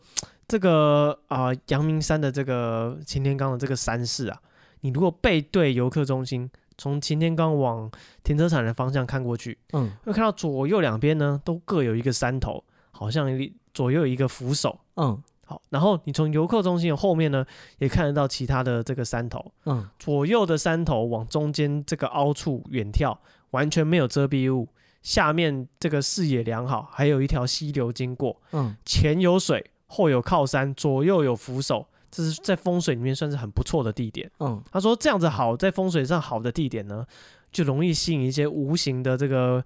A: 这个啊、阳明山的这个擎天岗的这个山势啊，你如果背对游客中心，从擎天岗往停车场的方向看过去，
B: 嗯
A: 会看到左右两边呢都各有一个山头，好像一左右有一个扶手。
B: 嗯
A: 好，然后你从游客中心的后面呢，也看得到其他的这个山头，
B: 嗯
A: 左右的山头往中间这个凹处远眺，完全没有遮蔽物，下面这个视野良好，还有一条溪流经过，
B: 嗯
A: 前有水，后有靠山，左右有扶手，这是在风水里面算是很不错的地点。
B: 嗯
A: 他说这样子好，在风水上好的地点呢，就容易吸引一些无形的这个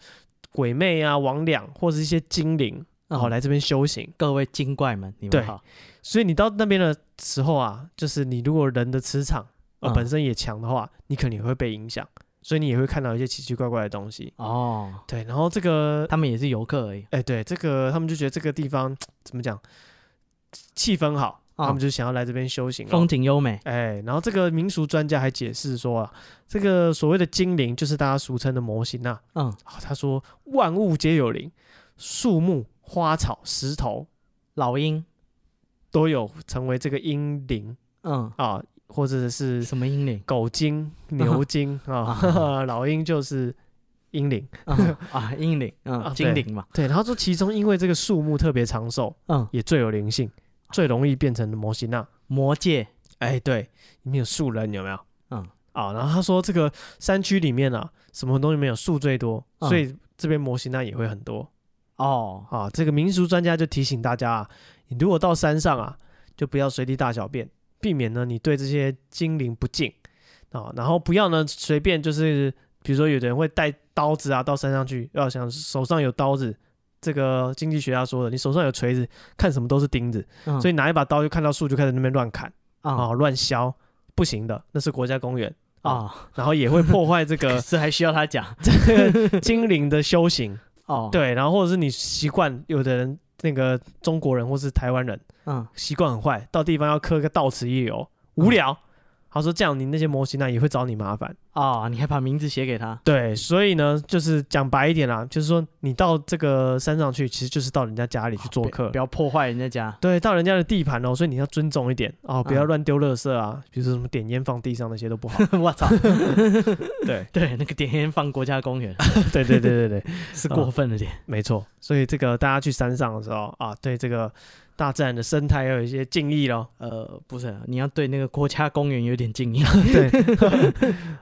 A: 鬼魅啊、魍魉或是一些精灵，
B: 嗯
A: 好、来这边修行。
B: 各位精怪们，你
A: 对
B: 们好，
A: 所以你到那边的时候啊，就是你如果人的磁场呃、
B: 嗯
A: 本身也强的话，你肯定会被影响，所以你也会看到一些奇奇怪怪的东西。
B: 哦，
A: 对，然后这个
B: 他们也是游客而已，
A: 哎，对，这个他们就觉得这个地方怎么讲，气氛好，
B: 哦
A: 他们就想要来这边修行、
B: 风
A: 哦。
B: 景优美，
A: 哎，然后这个民俗专家还解释说啊，这个所谓的精灵就是大家俗称的模型啊。
B: 嗯
A: 啊他说万物皆有灵，树木、花草、石头
B: 老鹰，
A: 都有成为这个阴灵
B: 嗯，
A: 啊，或者是
B: 什么英灵？
A: 狗 精、牛精啊， 老鹰就是阴灵。
B: 嗯 啊，英灵，嗯
A: 啊，
B: 精灵嘛，
A: 对，然后说其中因为这个树木特别长寿，
B: 嗯，
A: 也最有灵性，最容易变成模型啊。
B: 魔界，
A: 哎，对，里面有树人有没有？
B: 嗯，
A: 啊，然后他说这个山区里面啊，什么东西没有树最多，
B: 嗯
A: 所以这边模型呢也会很多
B: 哦，
A: 啊。这个民俗专家就提醒大家啊，你如果到山上啊，就不要随地大小便，避免呢你对这些精灵不敬啊，然后不要呢随便就是，比如说有的人会带刀子啊到山上去，要想手上有刀子。这个经济学家说的，你手上有锤子，看什么都是钉子，
B: 嗯
A: 所以拿一把刀就看到树就开始那边乱砍，
B: 啊
A: 啊，乱削不行的，那是国家公园，
B: 啊，
A: 然后也会破坏这
B: 可
A: 个
B: 是还需要他讲
A: 精灵的修行，
B: 哦，，
A: 对，然后或者是你习惯，有的人那个中国人或是台湾人
B: 嗯
A: 习惯很坏，到地方要刻个到此一游，无聊，他说这样你那些模型啊呢也会找你麻烦。
B: 哦，你还把名字写给他，
A: 对，所以呢，就是讲白一点啦，就是说你到这个山上去，其实就是到人家家里去做客
B: 不，要破坏人家家。
A: 对，到人家的地盘哦，所以你要尊重一点哦，不要
B: 嗯
A: 乱丢垃圾啊，比如说什么点烟放地上那些都不 好。
B: 我操，
A: 对，
B: 哦对，啊那个点烟放国家公园
A: 对对对对对，
B: 是过分了点。
A: 没错。所以这个大家去山上的时候啊，对这个大自然的生态要有一些敬意咯。
B: 呃，不是，你要对那个国家公园有点敬意。
A: 对，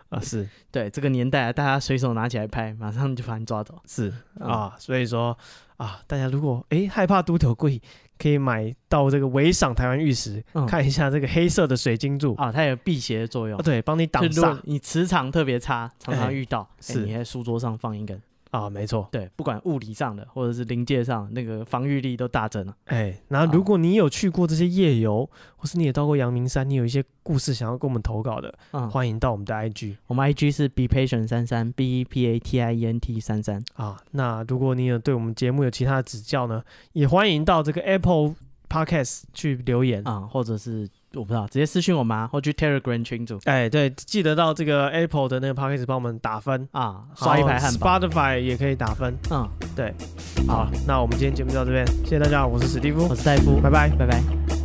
A: 啊是
B: 对，这个年代啊，大家随手拿起来拍，马上就把你抓走。
A: 是
B: 嗯
A: 啊，所以说啊，大家如果诶害怕都头贵，可以买到这个围赏台湾玉石，
B: 嗯
A: 看一下这个黑色的水晶柱啊，
B: 啊，它有辟邪的作用。
A: 对，帮你挡
B: 就如
A: 煞
B: 果你磁场特别差，常
A: 哎
B: 常遇到，哎
A: 是
B: 你在书桌上放一根，
A: 啊，没错。
B: 对，不管物理上的或者是临界上，那个防御力都大增啊了。
A: 哎，那如果你有去过这些夜游，或是你也到过阳明山，你有一些故事想要跟我们投稿的，
B: 嗯，
A: 欢迎到我们的 IG
B: 我们 IG 是 be patient 三三 b e p a t i e n t 三三。
A: 啊。那如果你有对我们节目有其他的指教呢，也欢迎到这个 Apple Podcast 去留言。
B: 啊、或者是我不知道，直接私信我妈，或去 Telegram 群组
A: 哎，对，记得到这个 Apple 的那个 Podcast 帮我们打分，
B: 啊，刷一排汉堡。
A: Spotify 也可以打分。
B: 嗯，
A: 对，
B: 好
A: 好，，那我们今天节目就到这边，谢谢大家，我是史蒂夫
B: 我，是戴夫，
A: 拜拜。
B: 拜拜。